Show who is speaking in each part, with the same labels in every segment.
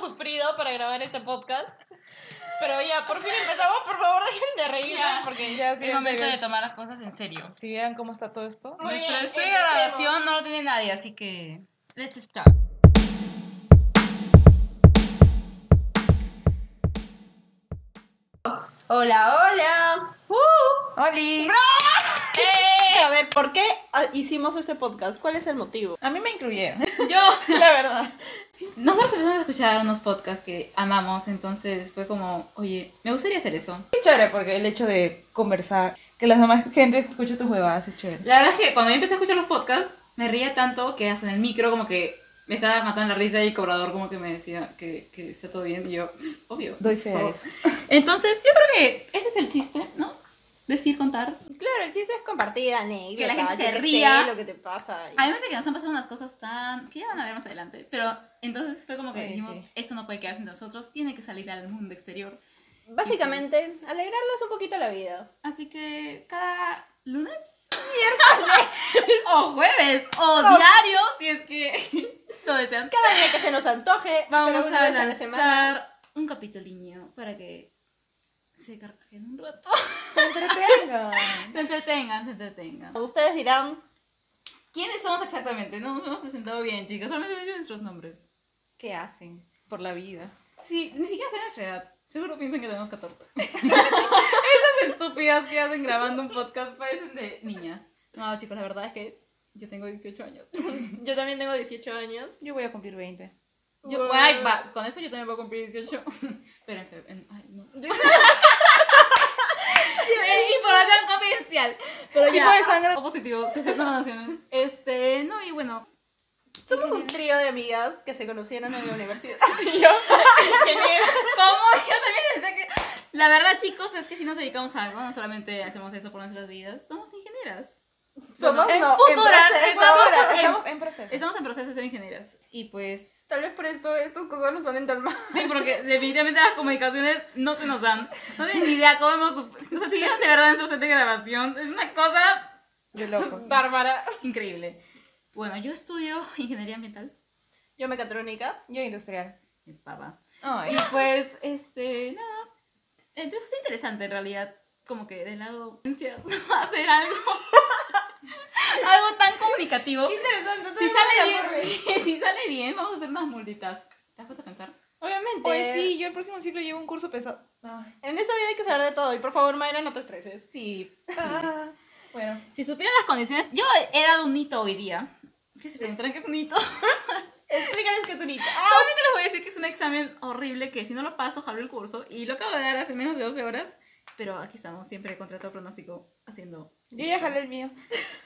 Speaker 1: sufrido para grabar este podcast. Pero ya, por fin empezamos. Por favor, dejen de reírse
Speaker 2: Ya.
Speaker 1: porque
Speaker 3: Ya, sí,
Speaker 2: Es momento de
Speaker 3: amigos.
Speaker 2: tomar las cosas en serio.
Speaker 3: Si vieran cómo está todo esto.
Speaker 1: Muy
Speaker 2: Nuestro
Speaker 1: bien,
Speaker 2: estudio de
Speaker 1: empecemos.
Speaker 2: grabación no lo tiene nadie, así que. Let's start.
Speaker 1: Hola, hola.
Speaker 3: ¡Holi!
Speaker 2: ¡Eh!
Speaker 1: A ver, ¿por qué ah, hicimos este podcast? ¿Cuál es el motivo?
Speaker 3: A mí me incluyeron,
Speaker 2: Yo.
Speaker 3: la verdad.
Speaker 2: Nosotros empezamos a escuchar unos podcasts que amamos, entonces fue como, oye, me gustaría hacer eso.
Speaker 3: Es chévere porque el hecho de conversar, que las demás gente escuche tus huevadas, es chévere.
Speaker 2: La verdad es que cuando yo empecé a escuchar los podcasts, me reía tanto que hasta en el micro como que me estaba matando la risa y el cobrador como que me decía que, que está todo bien y yo, obvio.
Speaker 3: Doy fe a
Speaker 2: Oh.
Speaker 3: eso.
Speaker 2: Entonces, yo creo que ese es el chiste, ¿no? Decir, contar.
Speaker 1: Claro, el chiste es compartir anécdotas.
Speaker 2: Que la gente
Speaker 1: yo
Speaker 2: se
Speaker 1: qué
Speaker 2: ría.
Speaker 1: sé, lo que te pasa. y-
Speaker 2: Además de que nos han pasado unas cosas tan... que ya van a ver más adelante. Pero entonces fue como que
Speaker 3: Oye,
Speaker 2: dijimos,
Speaker 3: sí.
Speaker 2: esto no puede quedarse entre nosotros, tiene que salir al mundo exterior.
Speaker 1: Básicamente, alegrarles un poquito la vida.
Speaker 2: Así que cada lunes... o jueves, o diario, si es que lo desean.
Speaker 1: Cada día que se nos antoje.
Speaker 2: Vamos
Speaker 1: pero una
Speaker 2: a
Speaker 1: vez la semana.
Speaker 2: lanzar un capitulinho para que se carguen un rato.
Speaker 3: Se entretengan.
Speaker 2: Se entretengan, se entretengan.
Speaker 1: Ustedes dirán
Speaker 2: ¿Quiénes somos exactamente? No nos hemos presentado bien, chicas. Solamente hemos dicho nuestros nombres.
Speaker 3: ¿Qué hacen por la vida?
Speaker 2: Sí, ni siquiera sé nuestra edad. Seguro piensan que tenemos 14. Esas estúpidas que hacen grabando un podcast parecen de niñas. No, chicos, la verdad es que yo tengo 18 años.
Speaker 1: Yo también tengo 18 años.
Speaker 3: Yo voy a cumplir 20.
Speaker 2: Yo, ay, va, con eso yo también voy a cumplir 18. Pero en fe- en- ay, no. Es información confidencial. Pero
Speaker 3: Tipo
Speaker 2: ya.
Speaker 3: de sangre.
Speaker 2: O positivo, 60 donaciones. Este, no, y bueno.
Speaker 1: Somos un trío de amigas que se conocieron en la universidad.
Speaker 3: Y yo,
Speaker 2: ¿Cómo? Yo también pensé que. La verdad, chicos, es que si nos dedicamos a algo, no solamente hacemos eso por nuestras vidas, somos ingenieras.
Speaker 1: Somos
Speaker 3: en
Speaker 1: no,
Speaker 2: futuras,
Speaker 1: en proceso.
Speaker 2: estamos-
Speaker 3: ahora
Speaker 2: en-
Speaker 3: estamos en proceso.
Speaker 2: Estamos en proceso de ser ingenieras. Y pues.
Speaker 1: Tal vez por esto estas cosas no salen tan mal.
Speaker 2: Sí, porque definitivamente las comunicaciones no se nos dan. No tienen ni idea cómo hemos. O sea, si vieron de verdad nuestro set de grabación, es una cosa
Speaker 3: De locos.
Speaker 1: Bárbara.
Speaker 2: Increíble. Bueno, yo estudio ingeniería ambiental
Speaker 1: Yo mecatrónica.
Speaker 3: Yo industrial.
Speaker 2: en Pava.
Speaker 3: Ay.
Speaker 2: Y pues, este, nada. Entonces, está interesante en realidad, como que del lado de ciencias, hacer algo. algo tan comunicativo.
Speaker 1: Interesante.
Speaker 2: Si sale bien, si sale bien, vamos a hacer más multitask. ¿Te has puesto a pensar?
Speaker 1: Obviamente.
Speaker 3: Oye, pues sí, yo el próximo ciclo llevo un curso pesado. Eh, Ay.
Speaker 1: En esta vida hay que saber de todo. Y por favor, Mayra, no te estreses.
Speaker 2: Sí.
Speaker 3: Bueno,
Speaker 2: Si supieran las condiciones, yo he dado un hito hoy día. Que se preguntarán qué es un hito.
Speaker 1: Explícales que tú ni- ¡Ah!
Speaker 2: Solamente les voy a decir que es un examen horrible que si no lo paso, jalo el curso. Y lo acabo de dar hace menos de 12 horas. Pero aquí estamos, siempre contra todo pronóstico, haciendo.
Speaker 3: yo ya jalé el mío.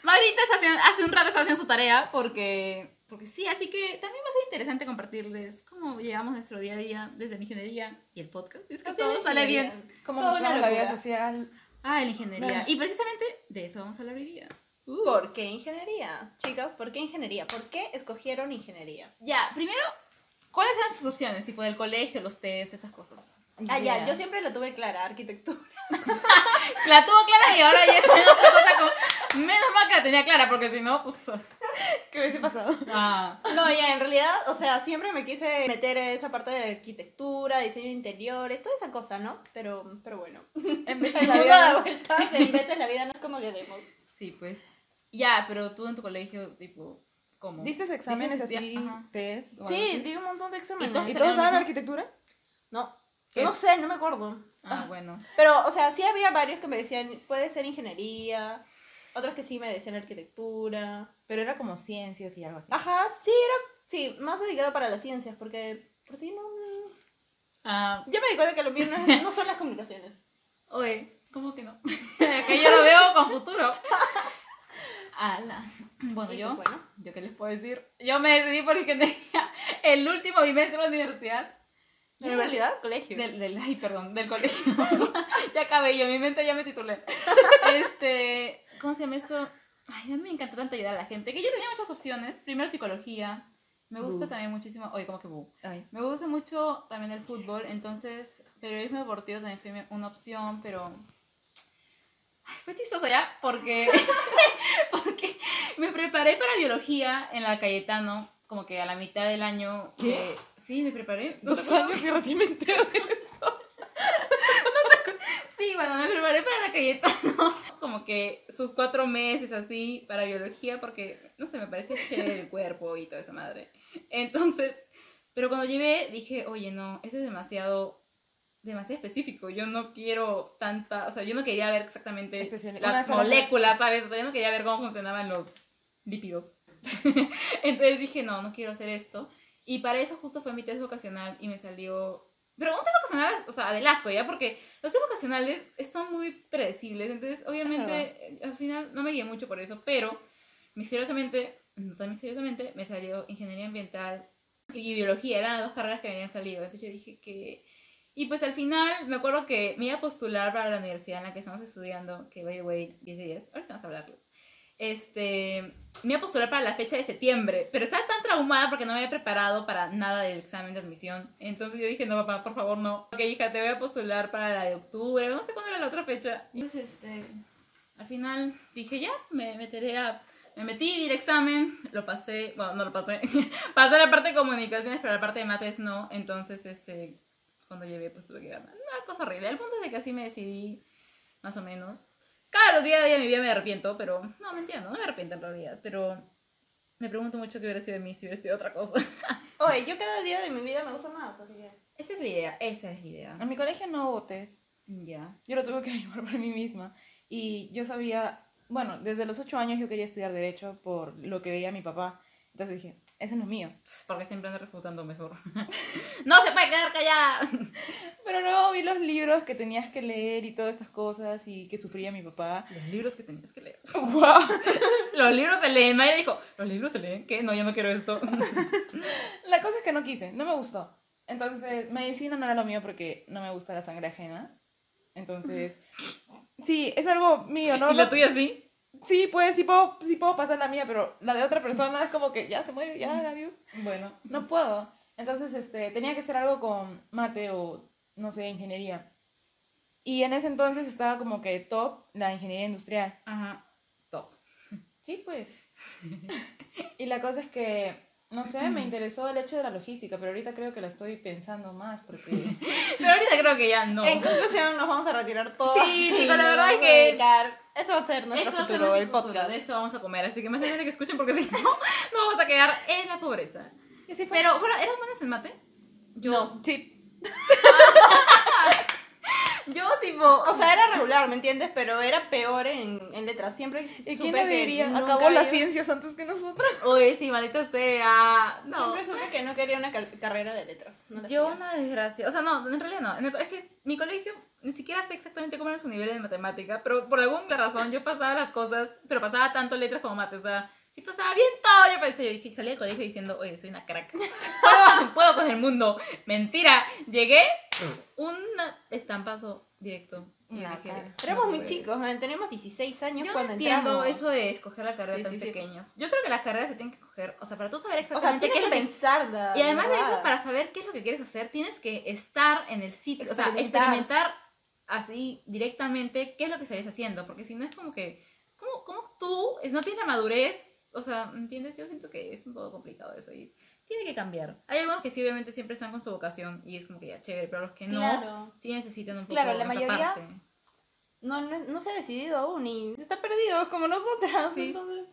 Speaker 2: Maurita está haciendo- hace un rato está haciendo su tarea porque, porque sí, así que también va a ser interesante compartirles cómo llevamos nuestro día a día desde la ingeniería y el podcast. Si es que
Speaker 1: Así
Speaker 2: todo
Speaker 1: es,
Speaker 2: sale
Speaker 1: ingeniería.
Speaker 2: bien.
Speaker 3: Como
Speaker 1: Toda
Speaker 3: nos
Speaker 1: una
Speaker 3: la vida
Speaker 1: locura.
Speaker 3: social.
Speaker 2: Ah, la ingeniería.
Speaker 3: Bueno.
Speaker 2: Y precisamente de eso vamos a hablar hoy día.
Speaker 1: ¿Por qué ingeniería? Chicas, ¿por qué ingeniería? ¿Por qué escogieron ingeniería?
Speaker 2: Ya, primero, ¿cuáles eran sus opciones? Tipo del colegio, los test, estas cosas.
Speaker 1: Ah, ya,
Speaker 3: Yeah.
Speaker 1: yo siempre la tuve clara, arquitectura.
Speaker 2: La tuvo clara y ahora ya es otra cosa como... Menos mal que la tenía clara, porque si no, pues...
Speaker 3: ¿Qué hubiese pasado?
Speaker 2: Ah.
Speaker 1: No, ya, en realidad, o sea, siempre me quise meter en esa parte de arquitectura, diseño de interiores, toda esa cosa, ¿no? Pero, pero bueno.
Speaker 3: En vez de
Speaker 1: En
Speaker 3: la
Speaker 1: la
Speaker 3: vida.
Speaker 1: vida da vueltas, en veces la vida no es como queremos.
Speaker 2: Sí, pues. Ya, pero tú en tu colegio, tipo, ¿cómo?
Speaker 3: ¿Diste exámenes
Speaker 2: Dices,
Speaker 3: así,
Speaker 2: ya, ajá.
Speaker 3: test? o
Speaker 1: Sí,
Speaker 3: algo así?
Speaker 1: di un montón de
Speaker 2: ¿Y todos
Speaker 3: ¿Y
Speaker 1: exámenes.
Speaker 3: todos daban
Speaker 2: ¿no?
Speaker 3: arquitectura?
Speaker 1: No,
Speaker 2: ¿Qué?
Speaker 1: no sé, no me acuerdo.
Speaker 2: Ah, bueno.
Speaker 1: Pero, o sea, sí había varios que me decían, puede ser ingeniería, otros que sí me decían arquitectura.
Speaker 3: Pero era como ciencias y algo así.
Speaker 1: Ajá, sí, era, sí, más dedicado para las ciencias, porque por si no...
Speaker 2: Ah,
Speaker 1: Ya me di cuenta que lo mío no, es- no son las comunicaciones.
Speaker 2: oye, ¿cómo que no? que yo lo veo con futuro. Ala. Bueno,
Speaker 1: Y
Speaker 2: yo,
Speaker 1: pues, bueno.
Speaker 2: yo qué les puedo decir. Yo me decidí por ingeniería el último bimestre de la universidad.
Speaker 1: ¿De universidad? Colegio.
Speaker 2: Del, del, ay, perdón, del colegio. ya acabé yo, en mi mente ya me titulé. Este, ¿cómo se llama eso? Ay, a mí me encanta tanto ayudar a la gente, que yo tenía muchas opciones. Primero psicología, me gusta
Speaker 3: Bu.
Speaker 2: también muchísimo, oye, como que bu.
Speaker 3: Ay.
Speaker 2: Me gusta mucho también el fútbol, entonces periodismo deportivo también fue mi- una opción, pero... Ay, fue chistoso ya, porque... porque me preparé para biología en la Cayetano como que a la mitad del año.
Speaker 3: ¿Qué?
Speaker 2: eh, sí, me preparé. ¿No te
Speaker 3: Dos
Speaker 2: acuerdas?
Speaker 3: años y recién me entero.
Speaker 2: Sí, bueno, me preparé para la Cayetano. Como que sus cuatro meses así para biología, porque no sé, me parecía chévere el cuerpo y toda esa madre. Entonces, pero cuando llevé, dije, oye, no, ese es demasiado, demasiado específico. Yo no quiero tanta, o sea, yo no quería ver exactamente
Speaker 3: Especial- una
Speaker 2: las
Speaker 3: sola-
Speaker 2: moléculas, ¿sabes? O sea, yo no quería ver cómo funcionaban los lípidos. Entonces dije, no, no quiero hacer esto. Y para eso justo fue mi test vocacional y me salió... Pero un test vocacional, o sea, del asco ya, porque los test vocacionales están muy predecibles. Entonces, obviamente, eh, al final no me guié mucho por eso, pero misteriosamente, no tan misteriosamente, me salió ingeniería ambiental y biología. Eran las dos carreras que me habían salido. Entonces yo dije que y pues al final me acuerdo que me iba a postular para la universidad en la que estamos estudiando, que by the way, 10 de 10, ahorita vamos a hablarles. Este, me iba a postular para la fecha de septiembre, pero estaba tan traumada porque no me había preparado para nada del examen de admisión. Entonces yo dije, no papá, por favor no. Ok, hija, te voy a postular para la de octubre, no sé cuándo era la otra fecha. Entonces, este, al final dije, ya, me meteré a... Me metí, di el examen, lo pasé, bueno, no lo pasé, pasé la parte de comunicaciones, pero la parte de mates no, entonces, este, cuando llevé, pues tuve que dar una cosa horrible. El punto es de que así me decidí, más o menos. Cada día a día de mi vida me arrepiento, pero no, mentira, no, no me arrepiento en realidad, pero me pregunto mucho qué hubiera sido de mí si hubiera sido otra cosa.
Speaker 1: Oye, yo cada día de mi vida me gusta más, así que.
Speaker 2: esa es la idea, esa es la idea.
Speaker 3: En mi colegio no votes.
Speaker 2: Ya.
Speaker 3: Yo lo tuve que averiguar por mí misma. Y yo sabía, bueno, desde los ocho años yo quería estudiar Derecho por lo que veía mi papá. Entonces dije, ese no es mío.
Speaker 2: Pss, Porque siempre ando refutando mejor. ¡No se puede quedar callada!
Speaker 3: Pero luego vi los libros que tenías que leer y todas estas cosas y que sufría mi papá.
Speaker 2: Los libros que tenías que leer.
Speaker 3: ¡Wow!
Speaker 2: Los libros se leen. Maya dijo, ¿los libros se leen? ¿Qué? No, yo no quiero esto.
Speaker 3: La cosa es que no quise, no me gustó. Entonces, medicina no era lo mío porque no me gusta la sangre ajena. Entonces, sí, es algo mío, ¿no?
Speaker 2: ¿Y la tuya sí?
Speaker 3: Sí, pues sí puedo, sí puedo pasar la mía, pero la de otra persona es como que ya se muere, ya, adiós.
Speaker 2: Bueno.
Speaker 3: No puedo. Entonces, este, tenía que hacer algo con mate o, no sé, ingeniería. Y en ese entonces estaba como que top la ingeniería industrial.
Speaker 2: Ajá. Top.
Speaker 3: Sí, pues. y la cosa es que, no sé, me interesó el hecho de la logística, pero ahorita creo que la estoy pensando más porque...
Speaker 2: Pero ahorita creo que ya no.
Speaker 1: En conclusión, nos vamos a retirar todos.
Speaker 2: Sí,
Speaker 1: y
Speaker 2: chicos, la
Speaker 1: nos
Speaker 2: verdad
Speaker 1: vamos
Speaker 2: que-
Speaker 1: a dedicar- Eso va a ser nuestro
Speaker 2: Esto va a ser
Speaker 1: futuro,
Speaker 2: nuestro
Speaker 1: el
Speaker 2: futuro,
Speaker 1: podcast.
Speaker 2: De esto vamos a comer, así que más gente que escuchen porque si no, no vamos a quedar en la pobreza.
Speaker 3: Y así fue.
Speaker 2: Pero, ¿fueron, ¿eran buenas en mate?
Speaker 1: Yo. No, sí.
Speaker 2: Yo, tipo.
Speaker 1: O sea, era regular, ¿me entiendes? Pero era peor en, en letras. Siempre
Speaker 3: ¿Y
Speaker 1: supe
Speaker 3: quién
Speaker 1: que
Speaker 3: le diría?
Speaker 1: nunca
Speaker 3: Acabó las
Speaker 1: iba-
Speaker 3: ciencias antes que nosotros.
Speaker 2: Uy, sí, maldita sea. No.
Speaker 1: Siempre supe que no quería una cal- carrera de letras. No la
Speaker 2: Yo,
Speaker 1: quería.
Speaker 2: una desgracia. O sea, no, en realidad no. En el- es que mi colegio ni siquiera sé exactamente cómo era su nivel de matemática, pero por alguna razón yo pasaba las cosas, pero pasaba tanto letras como mate. O sea, sí pasaba bien todo. Yo pensé, yo dije, salí del colegio diciendo, oye, soy una crack. Puedo, puedo con el mundo. Mentira. Llegué, un estampazo directo. Y
Speaker 3: Una
Speaker 2: dije,
Speaker 3: cara.
Speaker 2: no
Speaker 1: Éramos muy
Speaker 2: puede
Speaker 1: chicos, man, tenemos 16 años
Speaker 2: yo no
Speaker 1: cuando
Speaker 2: entiendo
Speaker 1: entramos.
Speaker 2: eso de escoger la carrera tan
Speaker 1: 17.
Speaker 2: pequeños. Yo creo que las carreras se tienen que escoger, o sea, para tú saber
Speaker 1: O sea,
Speaker 2: exactamente
Speaker 1: tienes que
Speaker 2: qué es lo que...
Speaker 1: pensarla.
Speaker 2: Y además de eso,
Speaker 1: verdad.
Speaker 2: para saber qué es lo que quieres hacer, tienes que estar en el sitio, o sea,
Speaker 1: Experimentar.
Speaker 2: experimentar así directamente qué es lo que estarías haciendo, porque si no es como que, ¿cómo, cómo tú es- no tienes la madurez? O sea, ¿entiendes? Yo siento que es un poco complicado eso y tiene que cambiar. Hay algunos que sí, obviamente, siempre están con su vocación y es como que ya chévere, pero los que no,
Speaker 1: Claro.
Speaker 2: sí necesitan un poco
Speaker 1: Claro, la mayoría-
Speaker 2: empaparse.
Speaker 1: No, no, no se ha decidido aún y está perdido como nosotras.
Speaker 2: Sí.
Speaker 1: Entonces.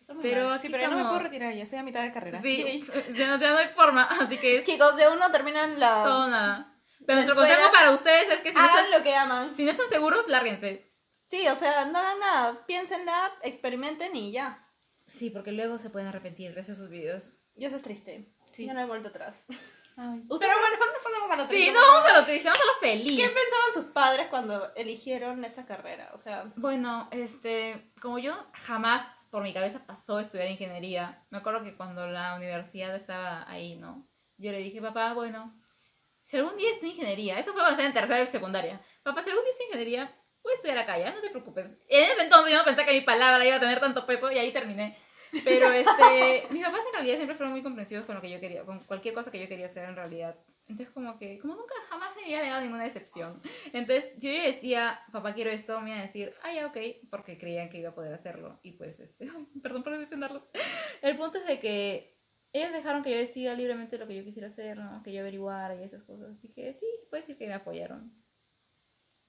Speaker 1: eso me
Speaker 2: Pero
Speaker 1: mal.
Speaker 2: aquí
Speaker 3: Sí, pero ya no me
Speaker 2: estamos.
Speaker 3: puedo retirar, ya estoy a mitad de carrera.
Speaker 2: Sí, ya no, ya no hay forma, así que es
Speaker 1: Chicos, de uno terminan la.
Speaker 2: todo nada. Pero nuestro
Speaker 1: Puedan-
Speaker 2: consejo para ustedes es que si no,
Speaker 1: Hagan
Speaker 2: están,
Speaker 1: Ah, lo que aman.
Speaker 2: si no están seguros, lárguense.
Speaker 1: Sí, o sea, no hagan nada. Piénsenla, experimenten y ya.
Speaker 2: Sí, porque luego se pueden arrepentir gracias a sus videos.
Speaker 1: Y eso es triste.
Speaker 2: Sí.
Speaker 1: Yo no he vuelto atrás.
Speaker 3: Ay.
Speaker 1: Pero bueno, no pasamos a la
Speaker 2: Sí,
Speaker 1: triste,
Speaker 2: no
Speaker 1: por
Speaker 2: vamos a lo triste, vamos a lo feliz.
Speaker 1: ¿Qué pensaban sus padres cuando eligieron esa carrera? O sea,
Speaker 2: Bueno, este, como yo jamás por mi cabeza pasó estudiar ingeniería, me acuerdo que cuando la universidad estaba ahí, ¿no? Yo le dije, papá, bueno, si algún día estudio ingeniería, eso fue cuando estaba en tercera de secundaria, papá, si algún día estudio ingeniería, voy a estudiar acá, ya, no te preocupes. En ese entonces yo no pensé que mi palabra iba a tener tanto peso y ahí terminé. Pero este, mis papás en realidad siempre fueron muy comprensivos con lo que yo quería, con cualquier cosa que yo quería hacer en realidad. Entonces como que, como nunca, jamás se me había dado ninguna decepción. Entonces yo le decía, papá quiero esto, me iba a decir, ah, ya, ok, porque creían que iba a poder hacerlo. Y pues, este, ay, perdón por decepcionarlos. El punto es de que ellos dejaron que yo decida libremente lo que yo quisiera hacer, ¿no? Que yo averiguara y esas cosas. Así que sí, se puede decir que me apoyaron.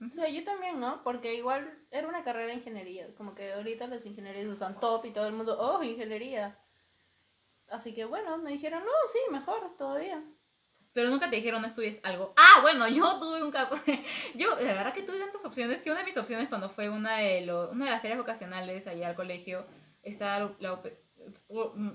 Speaker 1: O sea, yo también, ¿no? Porque igual era una carrera de ingeniería. Como que ahorita los ingenieros están top y todo el mundo, oh, ingeniería. Así que bueno, me dijeron, no, sí, mejor todavía.
Speaker 2: Pero nunca te dijeron no estudies algo. Ah, bueno, yo tuve un caso. Yo, la verdad que tuve tantas opciones que una de mis opciones cuando fue una de, lo- una de las ferias vocacionales allá al colegio, estaba la, UP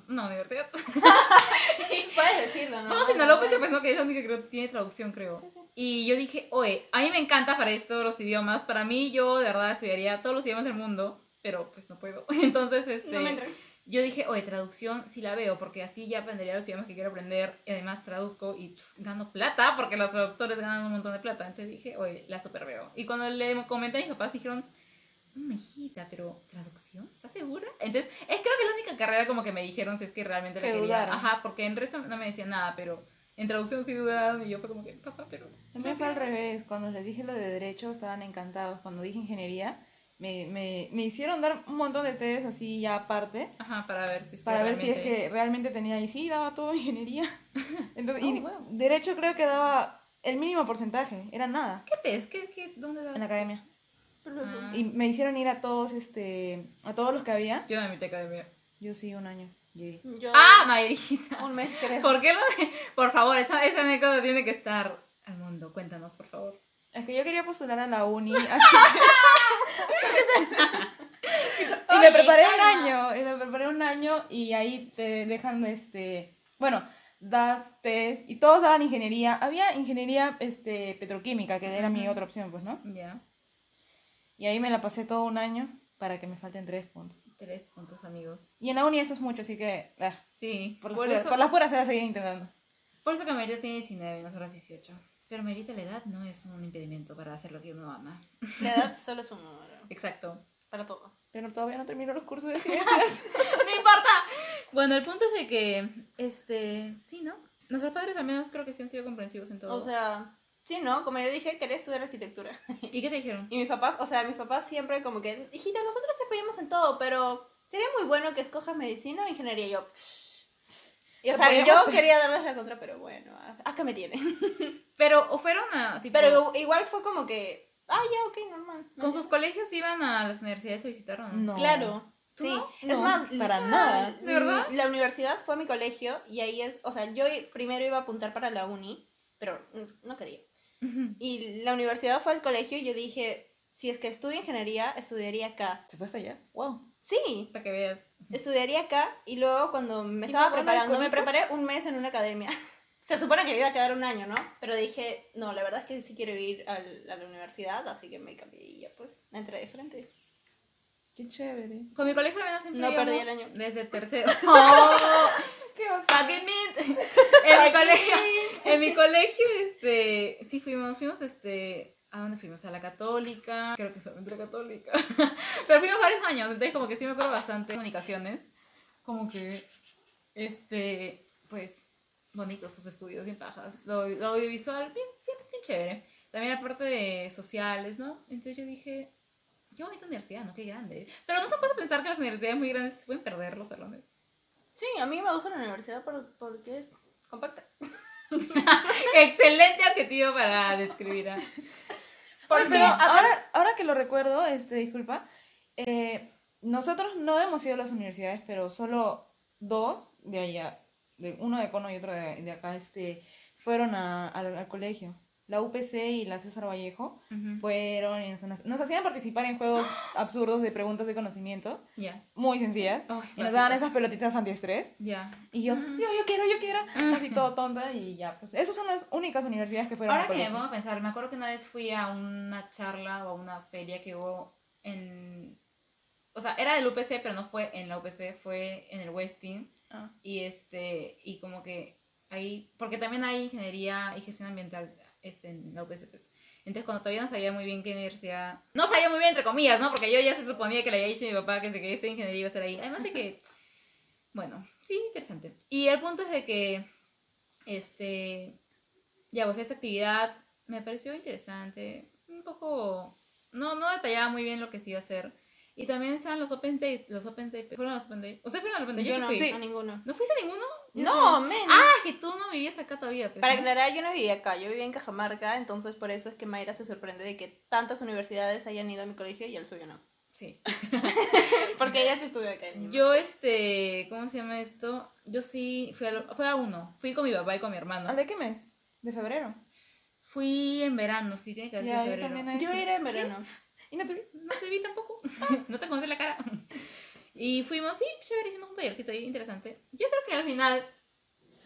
Speaker 2: no, universidad.
Speaker 1: Puedes decirlo, ¿no?
Speaker 2: No, si no pues, López se pensó que es la única que creo- tiene traducción, creo.
Speaker 1: Sí, sí.
Speaker 2: Y yo dije, oye, a mí me encanta para esto los idiomas. Para mí, yo de verdad estudiaría todos los idiomas del mundo, pero pues no puedo. Entonces, este.
Speaker 1: No me entré.
Speaker 2: yo dije, oye, traducción sí la veo, porque así ya aprendería los idiomas que quiero aprender. Y además traduzco y pss, gano plata, porque los traductores ganan un montón de plata. Entonces dije, oye, la super veo. Y cuando le comenté a mis papás, dijeron, "Mm, hijita, pero ¿traducción? ¿Estás segura? Entonces, es creo que la única carrera como que me dijeron si es que realmente la
Speaker 3: Que
Speaker 2: quería.
Speaker 3: dudaron.
Speaker 2: Ajá, porque en resto no me decían nada, pero en traducción sí dudaron. Y yo fue como que, papá, pero...
Speaker 3: A mí fue al revés. Cuando les dije lo de derecho, estaban encantados. Cuando dije ingeniería, me, me, me hicieron dar un montón de test así ya aparte.
Speaker 2: Ajá, para ver si es que
Speaker 3: Para ver si es
Speaker 2: realmente-
Speaker 3: que realmente tenía. Y sí, daba todo ingeniería. Entonces, y
Speaker 1: Oh, wow.
Speaker 3: derecho creo que daba el mínimo porcentaje. Era nada.
Speaker 2: ¿Qué test? ¿Qué, qué, ¿Dónde dabas
Speaker 3: En la
Speaker 2: eso?
Speaker 3: academia.
Speaker 2: Ah.
Speaker 3: Y me hicieron ir a todos, este, a todos los que había.
Speaker 2: Yo no me metí a academia.
Speaker 3: Yo sí, un año. Llegué.
Speaker 1: Yo
Speaker 2: ¡Ah, Mayrita!
Speaker 1: un mes creo.
Speaker 2: ¿Por qué lo de- Por favor, esa, esa anécdota tiene que estar al mundo. Cuéntanos, por favor.
Speaker 3: Es que yo quería postular a la uni. así que- y me
Speaker 1: Oye,
Speaker 3: preparé un
Speaker 1: calma.
Speaker 3: año. Y me preparé un año y ahí te dejan, este, bueno, das test y todos daban ingeniería. Había ingeniería, este, petroquímica, que era mi
Speaker 2: Ujú.
Speaker 3: otra opción, pues, ¿no?
Speaker 2: Ya.
Speaker 3: Y ahí me la pasé todo un año para que me falten tres puntos.
Speaker 2: Tres puntos, amigos.
Speaker 3: Y en la uni eso es mucho, así que, ah,
Speaker 2: Sí,
Speaker 3: por,
Speaker 2: por,
Speaker 3: las puras-
Speaker 2: eso,
Speaker 3: por las puras se va a seguir intentando.
Speaker 2: por eso que Mayrita tiene 19 y nosotras 18. Pero Mayrita, la edad no es un impedimento para hacer lo que uno ama.
Speaker 1: La edad solo es un número.
Speaker 2: Exacto.
Speaker 1: Para todo.
Speaker 3: Pero todavía no termino los cursos de ciencias.
Speaker 2: ¡No importa! Bueno, el punto es de que, este, sí, ¿no? Nuestros padres al menos creo que sí han sido comprensivos en todo.
Speaker 1: O sea, sí, ¿no? Como yo dije, quería estudiar arquitectura.
Speaker 2: ¿Y qué te dijeron?
Speaker 1: Y mis papás, o sea, mis papás siempre como que, hijita, nosotros te apoyamos en todo, pero sería muy bueno que escojas medicina o ingeniería. Y yo, y, o
Speaker 3: Te
Speaker 1: sea,
Speaker 3: apoyamos
Speaker 1: yo
Speaker 3: en-
Speaker 1: quería darles la contra, pero bueno, a- acá me tienen.
Speaker 2: Pero, ¿o fueron a, tipo,
Speaker 1: Pero igual fue como que, ah, ya, ok, normal.
Speaker 2: con sus colegios iban a las universidades a visitar o no?
Speaker 3: No.
Speaker 1: Claro.
Speaker 2: ¿Tú
Speaker 1: Sí,
Speaker 2: no?
Speaker 1: es
Speaker 3: No,
Speaker 1: más,
Speaker 3: para
Speaker 1: la-
Speaker 3: nada.
Speaker 2: ¿De verdad?
Speaker 1: La universidad fue mi colegio y ahí es, o sea, yo i- primero iba a apuntar para la uni, pero mm, no quería. Y la universidad fue al colegio y yo dije, si es que estudio ingeniería, estudiaría acá.
Speaker 3: ¿Se fue hasta allá? Wow.
Speaker 1: Sí,
Speaker 2: Para que veas.
Speaker 1: estudiaría acá y luego cuando me
Speaker 3: ¿Y
Speaker 1: estaba
Speaker 3: cómo era el
Speaker 1: preparando, me
Speaker 3: colegio?
Speaker 1: preparé un mes en una academia. Se supone que me iba a quedar un año, ¿no? Pero dije, no, la verdad es que sí quiero ir al- a la universidad, así que me cambié y ya pues entré de frente.
Speaker 3: Qué chévere.
Speaker 2: Con mi colegio al menos siempre
Speaker 1: No perdí el
Speaker 2: íbamos
Speaker 1: año.
Speaker 2: Desde tercero. ¡Oh!
Speaker 3: ¿Qué vas
Speaker 2: ¡Fucking mint! En mi colegio, en mi colegio, este, sí fuimos, fuimos, este, ¿a dónde fuimos? A la católica, creo que solamente la católica. Pero fuimos varios años, entonces como que sí me acuerdo bastante. Comunicaciones, como que, este, pues, bonitos sus estudios, bien pajas. Lo, lo audiovisual, bien, bien, bien chévere. También la parte de sociales, ¿no? Entonces yo dije, qué bonita universidad, ¿no? Qué grande. Pero no se puede pensar que las universidades muy grandes se pueden perder los salones.
Speaker 1: Sí, a mí me gusta la universidad por- porque es compacta.
Speaker 2: Excelente adjetivo para describir. a-
Speaker 1: Porque
Speaker 3: pero
Speaker 1: aparte-
Speaker 3: ahora, ahora que lo recuerdo, este, disculpa, eh, nosotros no hemos ido a las universidades, pero solo dos de allá, de, uno de Cono y otro de, de acá, este, fueron a- al, al colegio. La UPC y la César Vallejo fueron y nos, nos hacían participar en juegos absurdos de preguntas de conocimiento,
Speaker 2: Ya.
Speaker 3: muy sencillas,
Speaker 2: Ay,
Speaker 3: y nos daban
Speaker 2: básicos.
Speaker 3: esas pelotitas antiestrés.
Speaker 2: Ya.
Speaker 3: Y yo,
Speaker 2: Mm.
Speaker 3: yo, yo quiero, yo quiero.
Speaker 2: Mm.
Speaker 3: Así todo tonta y ya, pues. Esas son las únicas universidades que fueron
Speaker 2: Ahora
Speaker 3: al
Speaker 2: que me
Speaker 3: colegio.
Speaker 2: pongo a pensar, me acuerdo que una vez fui a una charla o a una feria que hubo en. O sea, era del UPC, pero no fue en la UPC, fue en el Westin.
Speaker 3: Ah.
Speaker 2: Y este, y como que ahí, porque también hay ingeniería y gestión ambiental este, en la UPC. pues. Entonces, cuando todavía no sabía muy bien qué universidad. No sabía muy bien, entre comillas, ¿no? Porque yo ya se suponía que le había dicho a mi papá que se quería estudiar ingeniería iba a ser ahí. Además de que. Bueno, sí, interesante. Y el punto es de que. Este. Ya, pues fui a esa actividad. Me pareció interesante. Un poco. No, no detallaba muy bien lo que se iba a hacer. Y también estaban los Open Days. Los Open Days. ¿Fueron a los Open Days? ¿Ustedes fueron a los Open Days?
Speaker 1: Yo no,
Speaker 2: fui.
Speaker 1: a ninguno.
Speaker 2: ¿No fuiste a ninguno?
Speaker 3: Yo
Speaker 1: No, men.
Speaker 2: Ah, que tú no vivías acá todavía. pues,
Speaker 1: Para
Speaker 2: ¿no?
Speaker 1: aclarar, yo no vivía acá, yo vivía en Cajamarca, entonces por eso es que Mayra se sorprende de que tantas universidades hayan ido a mi colegio y al suyo no.
Speaker 2: Sí.
Speaker 1: Porque ella se estudió acá.
Speaker 2: Yo, este, ¿cómo se llama esto? Yo sí, fui a, fui a uno. Fui con mi papá y con mi hermano.
Speaker 3: ¿Al de qué mes? ¿De febrero?
Speaker 2: Fui en verano, sí, tiene que haber sido
Speaker 3: Ya, yo
Speaker 2: febrero.
Speaker 3: también
Speaker 1: Yo iré en verano.
Speaker 3: ¿Y no te vi?
Speaker 2: No te vi tampoco. no te conocí la cara. Y fuimos, sí, chévere, hicimos un tallercito ahí interesante. Yo creo que al final.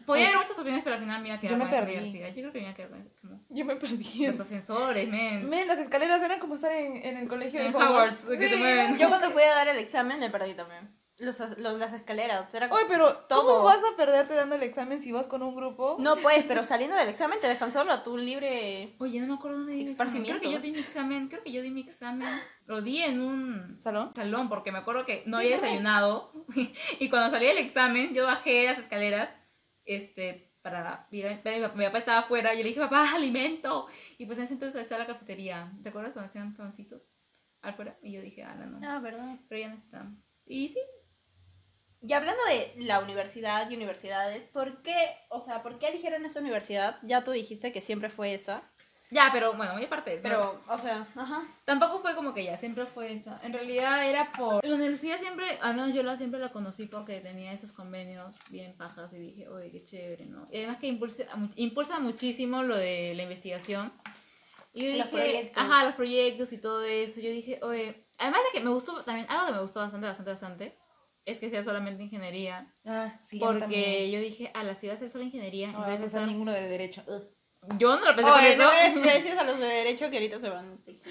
Speaker 2: Podía haber muchas opiniones, pero al final me iba a quedar
Speaker 3: Yo me
Speaker 2: con esa
Speaker 3: perdí.
Speaker 2: universidad. Yo creo que me iba a quedar con como,
Speaker 3: Yo me perdí.
Speaker 2: los ascensores, men.
Speaker 3: Men, las escaleras eran como estar en, en el colegio
Speaker 2: En
Speaker 3: de
Speaker 2: Hogwarts, que te mueven.
Speaker 1: Yo cuando fui a dar el examen me perdí también. Los, as- los- las escaleras, era como...
Speaker 3: Oye, pero
Speaker 1: Todo.
Speaker 3: ¿cómo vas a perderte dando el examen si vas con un grupo?
Speaker 1: No pues, pero saliendo del examen te dejan solo a tu libre...
Speaker 2: Oye, no me acuerdo dónde di mi examen. Creo que yo di mi examen, creo que yo di mi examen. Lo di en un
Speaker 3: ¿Salón?
Speaker 2: salón porque me acuerdo que no había desayunado y cuando salí del examen yo bajé las escaleras este para ir a- mi, papá- mi papá estaba afuera y yo le dije papá alimento y pues en ese entonces estaba la cafetería ¿te acuerdas cuando hacían pancitos afuera? y yo dije ah no no
Speaker 1: Ah, verdad.
Speaker 2: pero ya no está y sí
Speaker 1: Y hablando de la universidad y universidades, ¿por qué, o sea, por qué eligieron esa universidad? Ya tú dijiste que siempre fue esa.
Speaker 2: ya pero bueno muy aparte de eso ¿no?
Speaker 1: Pero, o sea, ajá.
Speaker 2: tampoco fue como que ya siempre fue esa en realidad era por la universidad siempre al menos yo la siempre la conocí porque tenía esos convenios bien pajas y dije oye qué chévere no y además que impulsa impulsa muchísimo lo de la investigación y yo
Speaker 1: Los
Speaker 2: dije
Speaker 1: proyectos.
Speaker 2: ajá los proyectos y todo eso yo dije oye además de que me gustó también algo que me gustó bastante bastante bastante es que sea solamente ingeniería
Speaker 3: Ah, sí, a mí también.
Speaker 2: porque yo dije a la si va a ser solo ingeniería
Speaker 3: No, no
Speaker 2: entonces va a
Speaker 3: pasar
Speaker 2: estar-
Speaker 3: ninguno de derecho. Pues Ugh.
Speaker 2: yo no lo pensé por
Speaker 1: Oye,
Speaker 2: eso
Speaker 1: no me desprecies a los de derecho que ahorita se van. Te quito.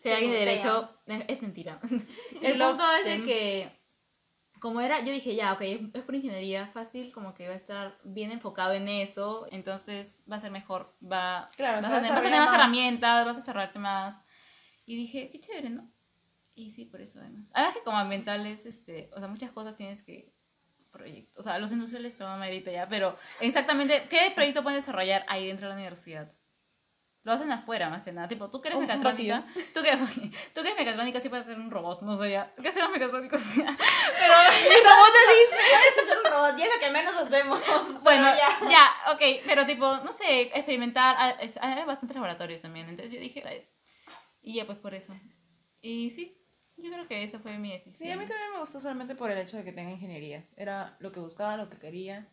Speaker 2: Si hay alguien de
Speaker 1: Te
Speaker 2: derecho, es es mentira. El punto es de
Speaker 1: them.
Speaker 2: que, como era, yo dije, ya, ok, es, es por ingeniería fácil, como que va a estar bien enfocado en eso, entonces va a ser mejor, va,
Speaker 3: Claro,
Speaker 2: vas,
Speaker 3: te
Speaker 2: a tener, vas a tener
Speaker 3: vas a abrir
Speaker 2: más,
Speaker 3: más.
Speaker 2: herramientas, vas a cerrarte más. Y dije, qué chévere, ¿no? Y sí, por eso además. Además que como ambientales, este, o sea, muchas cosas tienes que proyectos, o sea, los industriales, perdón, Marita, ya, pero exactamente, ¿qué proyecto puedes desarrollar ahí dentro de la universidad? Lo hacen afuera, más que nada. Tipo, tú que eres
Speaker 3: Un- un
Speaker 2: mecatrónica, tú que, tú que eres mecatrónica, sí puedes hacer un robot, no sé ya. ¿Qué hacen los mecatrónicos? pero,
Speaker 1: Eso es un robot y es lo que menos hacemos.
Speaker 2: bueno,
Speaker 1: Pero ya.
Speaker 2: ya. ok, pero tipo, no sé, experimentar, ah, es- hay bastantes laboratorios también, entonces yo dije, "Ah, es". Y ya, pues por eso. Y sí, yo creo que esa fue mi decisión.
Speaker 3: Sí, a mí también me gustó solamente por el hecho de que tenga ingenierías. Era lo que buscaba, lo que quería.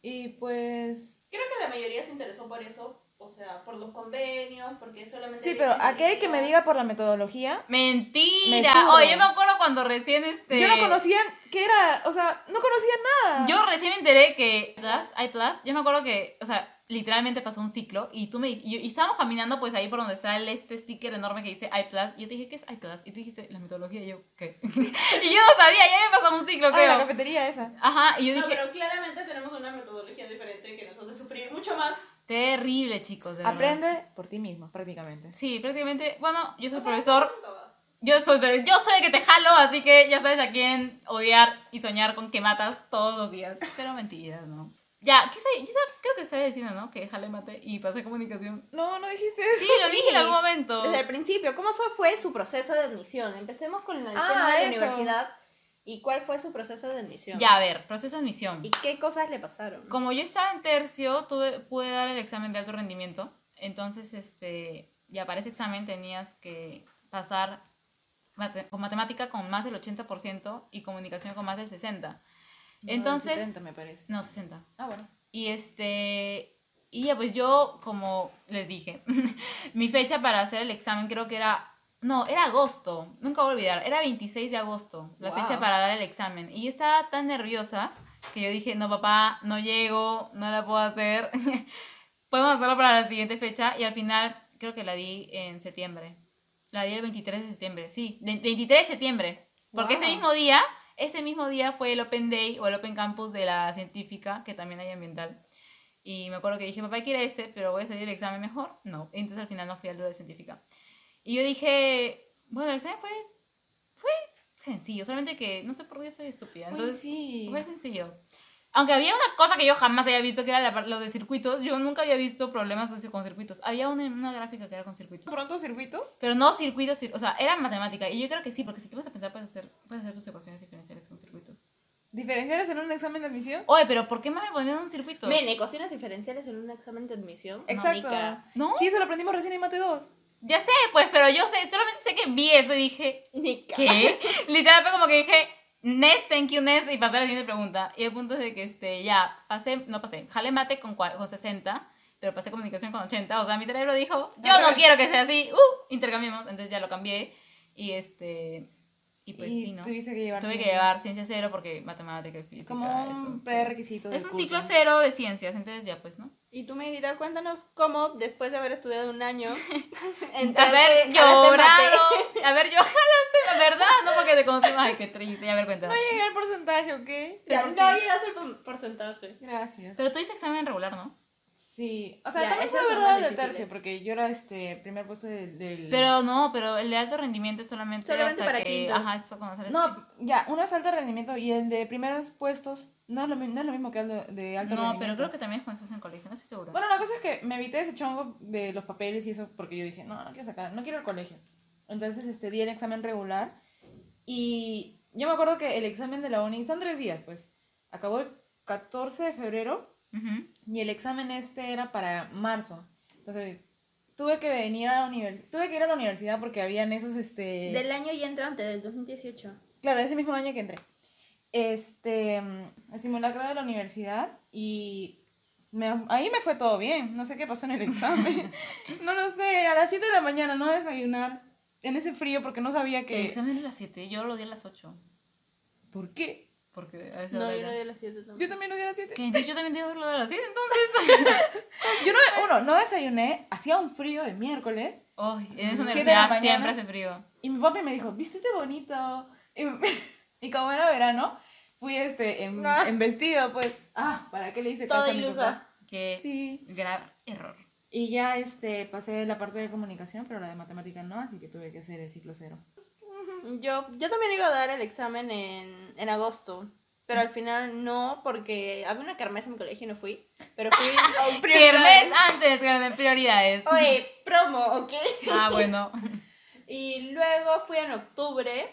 Speaker 3: Y pues...
Speaker 1: Creo que la mayoría se interesó por eso, o sea, por los convenios, porque solamente...
Speaker 3: Sí,
Speaker 1: había
Speaker 3: pero aquel que me
Speaker 1: ingeniería.
Speaker 3: diga por la metodología...
Speaker 2: Mentira.
Speaker 3: Me subo.
Speaker 2: Oye, yo me acuerdo cuando recién este.
Speaker 3: Yo no conocía qué era, o sea, no conocía
Speaker 1: Ah.
Speaker 3: nada.
Speaker 2: Yo recién me enteré que Plus, hay Plus. Yo me acuerdo que, o sea, literalmente pasó un ciclo y tú me dij- y, y estábamos caminando pues ahí por donde está el, este sticker enorme que dice I Plus. Y yo te dije, ¿qué es I Plus? Y tú dijiste, la metodología. Y yo, ¿qué? y yo no sabía, ya me pasó un ciclo,
Speaker 3: Ah, en la
Speaker 2: creo.
Speaker 3: cafetería esa.
Speaker 2: Ajá, y yo
Speaker 1: No,
Speaker 2: dije,
Speaker 1: pero claramente tenemos una metodología diferente que nos hace sufrir mucho más.
Speaker 2: terrible, chicos,
Speaker 3: Ah.
Speaker 2: de verdad.
Speaker 3: Aprende por ti mismo, prácticamente.
Speaker 2: Sí, prácticamente, bueno, yo soy
Speaker 1: O sea,
Speaker 2: profesor,
Speaker 1: son todas.
Speaker 2: Yo soy, de- yo soy el que te jalo, así que ya sabes a quién odiar y soñar con que matas todos los días. Pero mentiras, ¿no? Ya, ¿qué sé? Yo sab- creo que estaba diciendo, ¿no? Que jale, mate y pasé comunicación.
Speaker 3: No, no dijiste eso.
Speaker 2: Sí, lo dije en algún momento.
Speaker 1: Desde el principio, ¿cómo so- fue su proceso de admisión? Empecemos con el
Speaker 3: Ah,
Speaker 1: tema de la
Speaker 3: eso.
Speaker 1: universidad y cuál fue su proceso de admisión.
Speaker 2: Ya, a ver, proceso de admisión.
Speaker 1: ¿Y qué cosas le pasaron?
Speaker 2: Como yo estaba en tercio, tuve, pude dar el examen de alto rendimiento. Entonces, este, ya para ese examen tenías que pasar mate- con matemática con más del 80% y comunicación con más del 60%.
Speaker 3: No,
Speaker 2: Entonces,
Speaker 3: 70, me parece.
Speaker 2: no, 60.
Speaker 3: Ah, bueno.
Speaker 2: Y este. Y ya, pues yo, como les dije, mi fecha para hacer el examen creo que era. No, era agosto. Nunca voy a olvidar. Era 26 de agosto, la
Speaker 3: Wow.
Speaker 2: fecha para dar el examen. Y yo estaba tan nerviosa que yo dije: No, papá, no llego, no la puedo hacer. Podemos hacerlo para la siguiente fecha. Y al final, creo que la di en septiembre. La di el 23 de septiembre. Sí, de- 23 de septiembre. Porque ese
Speaker 3: Wow.
Speaker 2: mismo día, ese mismo día fue el Open Day o el Open Campus de la científica, que también hay ambiental. Y me acuerdo que dije, papá, quiero este, pero voy a salir el examen mejor. No. Entonces al final no fui al de científica. Y yo dije, bueno, el examen fue, fue sencillo, solamente que no sé por qué soy estúpida. Entonces, pues,
Speaker 3: sí.
Speaker 2: fue sencillo. Aunque había una cosa que yo jamás había visto, que era la par- lo de circuitos. Yo nunca había visto problemas así con circuitos. Había una, una gráfica que era con circuitos.
Speaker 3: ¿Pronto circuitos?
Speaker 2: Pero no circuitos, cir- o sea, era matemática. Y yo creo que sí, porque si te vas a pensar, puedes hacer, puedes hacer tus ecuaciones diferenciales con circuitos.
Speaker 3: ¿Diferenciales en un examen de admisión?
Speaker 2: Oye, pero ¿por qué más me ponían un circuito?
Speaker 1: Men, ecuaciones diferenciales en un examen de admisión.
Speaker 3: Exacto.
Speaker 1: Nica.
Speaker 2: ¿No?
Speaker 3: Sí, eso lo aprendimos recién en Mate 2.
Speaker 2: Ya sé, pues, pero yo sé, solamente sé que vi eso y dije,
Speaker 1: Nica.
Speaker 2: ¿qué? Literal, fue como que dije, next, thank you, next, y pasé a la siguiente pregunta. Y el punto es de que, este, ya, pasé, no pasé, jale mate con, cua- con 60, pero pasé comunicación con 80. O sea, mi cerebro dijo, yo no
Speaker 3: revés.
Speaker 2: quiero que sea así, uh, intercambiemos. Entonces ya lo cambié y, este, y pues
Speaker 3: y
Speaker 2: sí, ¿no?
Speaker 3: tuviste que llevar.
Speaker 2: Tuve que
Speaker 3: ciencia.
Speaker 2: llevar ciencia cero porque matemática y física.
Speaker 3: Como
Speaker 2: eso,
Speaker 3: un
Speaker 2: sí.
Speaker 3: prerequisito. del
Speaker 2: Es un
Speaker 3: curso.
Speaker 2: ciclo cero de ciencias, entonces ya, pues, ¿no?
Speaker 1: Y tú, Miguelita, cuéntanos cómo, después de haber estudiado un año,
Speaker 2: haber
Speaker 1: entraste a este mate.
Speaker 2: llorado, haber yo jalaste, la verdad, no porque te conocí, ay, qué triste, ya a ver cuenta.
Speaker 3: Llegué al porcentaje, ¿ok?
Speaker 1: Ya no llegas al por- porcentaje.
Speaker 3: Gracias.
Speaker 2: Pero tú dices examen regular, ¿no?
Speaker 3: Sí. O sea,
Speaker 1: Ya,
Speaker 3: también fue
Speaker 1: esas son
Speaker 3: verdad
Speaker 1: las
Speaker 3: del tercio,
Speaker 1: difíciles.
Speaker 3: porque yo era este primer puesto del. del-
Speaker 2: Pero no, pero el de alto rendimiento es solamente,
Speaker 1: Solamente
Speaker 2: hasta
Speaker 1: para
Speaker 2: que,
Speaker 1: quinto.
Speaker 2: ajá, es para conocer el-
Speaker 3: No, ya, uno es alto rendimiento y el de primeros puestos no es lo, mi- no es lo mismo que el de- de alto rendimiento.
Speaker 2: No, pero creo que también es cuando estás en colegio, no estoy segura.
Speaker 3: Bueno, la cosa es que me evité ese chongo de los papeles y eso porque yo dije, no, no quiero sacar, no quiero el colegio. Entonces, este, di el examen regular y yo me acuerdo que el examen de la uni, son tres días, pues, acabó el 14 de febrero
Speaker 2: Ujú.
Speaker 3: y el examen este era para marzo. Entonces, tuve que venir a la universidad, tuve que ir a la universidad porque habían esos, este...
Speaker 2: Eh.
Speaker 1: Del año y entrante, del 2018.
Speaker 3: Claro, ese mismo año que entré. Este, mm, el simulacro de la universidad y me- ahí me fue todo bien. No sé qué pasó en el examen. no lo sé, a las 7 de la mañana no desayunar en ese frío porque no sabía
Speaker 2: El
Speaker 3: que...
Speaker 2: examen era a las 7, yo lo di a las 8.
Speaker 3: ¿Por qué?
Speaker 2: Porque a esa
Speaker 1: No,
Speaker 2: hora
Speaker 1: yo
Speaker 2: era-
Speaker 1: lo di a las 7
Speaker 3: Yo
Speaker 1: también.
Speaker 3: también lo di a las 7.
Speaker 2: ¿Qué? Entonces Yo también debo lo de las 7, entonces.
Speaker 3: Yo no, uno, no desayuné, hacía un frío de miércoles
Speaker 2: Ay, en esa
Speaker 3: Siete de la
Speaker 2: universidad siempre
Speaker 3: mañana.
Speaker 2: hace frío.
Speaker 3: y mi papi me dijo, vístete bonito. Y, y como era verano, fui este, en,
Speaker 1: Ah.
Speaker 3: en vestido, pues, ah, ¿para qué le hice
Speaker 1: Toda
Speaker 3: caso a mi
Speaker 1: ilusa.
Speaker 3: papá?
Speaker 2: Que
Speaker 3: Sí.
Speaker 2: grave error.
Speaker 3: Y ya este, pasé la parte de comunicación, pero la de matemática no, así que tuve que hacer el ciclo cero.
Speaker 1: Yo, yo también iba a dar el examen en, en agosto. Pero al final no, porque había una carmesa en mi colegio y no fui. Pero fui a un
Speaker 2: Prioridades
Speaker 1: prioridades.
Speaker 2: antes, grande, prioridades.
Speaker 1: Oye, promo, ¿ok?
Speaker 2: Ah, bueno.
Speaker 1: Y luego fui en octubre.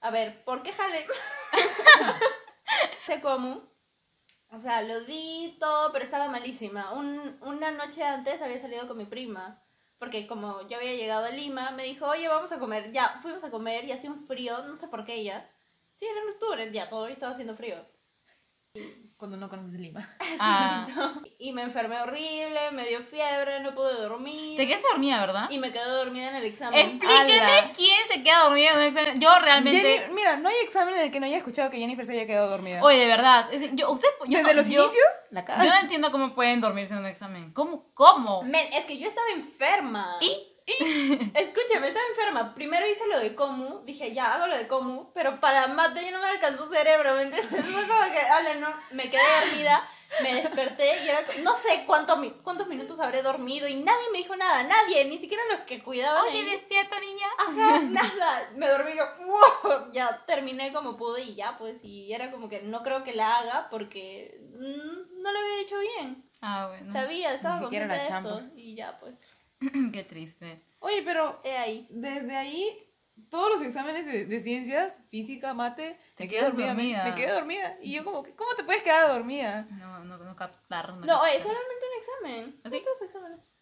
Speaker 1: A ver, ¿por qué jale? sé cómo. O sea, lo di todo, pero estaba malísima. Un- una noche antes había salido con mi prima. Porque como yo había llegado a Lima, me dijo, oye, vamos a comer. Ya, fuimos a comer y hacía un frío, no sé por qué ya. Sí, era en octubre, ya, todavía estaba haciendo frío.
Speaker 3: Cuando no conoces Lima.
Speaker 2: Ah,
Speaker 1: Y me enfermé horrible, me dio fiebre, no pude dormir.
Speaker 2: te quedas dormida, ¿verdad?
Speaker 1: Y me quedé dormida en el examen.
Speaker 2: Explíquenme
Speaker 3: Ala.
Speaker 2: quién se queda dormida en un examen. Yo realmente.
Speaker 3: Jenny- mira, no hay examen en el que no haya escuchado que Jennifer se haya quedado dormida.
Speaker 2: Oye, de verdad. es- yo, usted, yo,
Speaker 3: Desde los
Speaker 2: yo-
Speaker 3: inicios, la
Speaker 2: Yo
Speaker 3: cara.
Speaker 2: no entiendo cómo pueden dormirse en un examen. ¿Cómo? ¿Cómo?
Speaker 1: Men, es que yo estaba enferma.
Speaker 2: ¿Y?
Speaker 1: Escúchame, estaba enferma. Primero hice lo de Comu, dije, ya hago lo de Comu, pero para mate ya no me alcanzó cerebro, ¿me entiendes? Fue como que, ala, no, me quedé dormida, me desperté y era, co- no sé cuánto, mi- cuántos minutos habré dormido y nadie me dijo nada, nadie, ni siquiera los que cuidaban.
Speaker 2: Oye,
Speaker 1: ahí.
Speaker 2: despierta, niña.
Speaker 1: Ajá, nada, me dormí yo, wow, ya terminé como pude y ya, pues, y era como que no creo que la haga porque mm, no lo había hecho bien.
Speaker 2: Ah, bueno.
Speaker 1: Sabía, estaba
Speaker 3: Ni siquiera
Speaker 1: consciente de
Speaker 3: la
Speaker 1: eso
Speaker 3: chamba.
Speaker 1: y ya, pues,
Speaker 2: Qué triste.
Speaker 3: Oye, pero
Speaker 1: he ahí.
Speaker 3: desde ahí, todos los exámenes de, de ciencias, física, mate,
Speaker 2: Te
Speaker 3: me quedé
Speaker 2: quedas
Speaker 3: dormida. me-
Speaker 2: dormida.
Speaker 3: Me, quedé dormida. Y yo como, que, ¿cómo te puedes quedar dormida?
Speaker 2: No, no, no captar.
Speaker 1: No, oye,
Speaker 2: captar.
Speaker 1: solamente un examen.
Speaker 2: ¿Ah, sí?
Speaker 1: ¿Cuántos exámenes?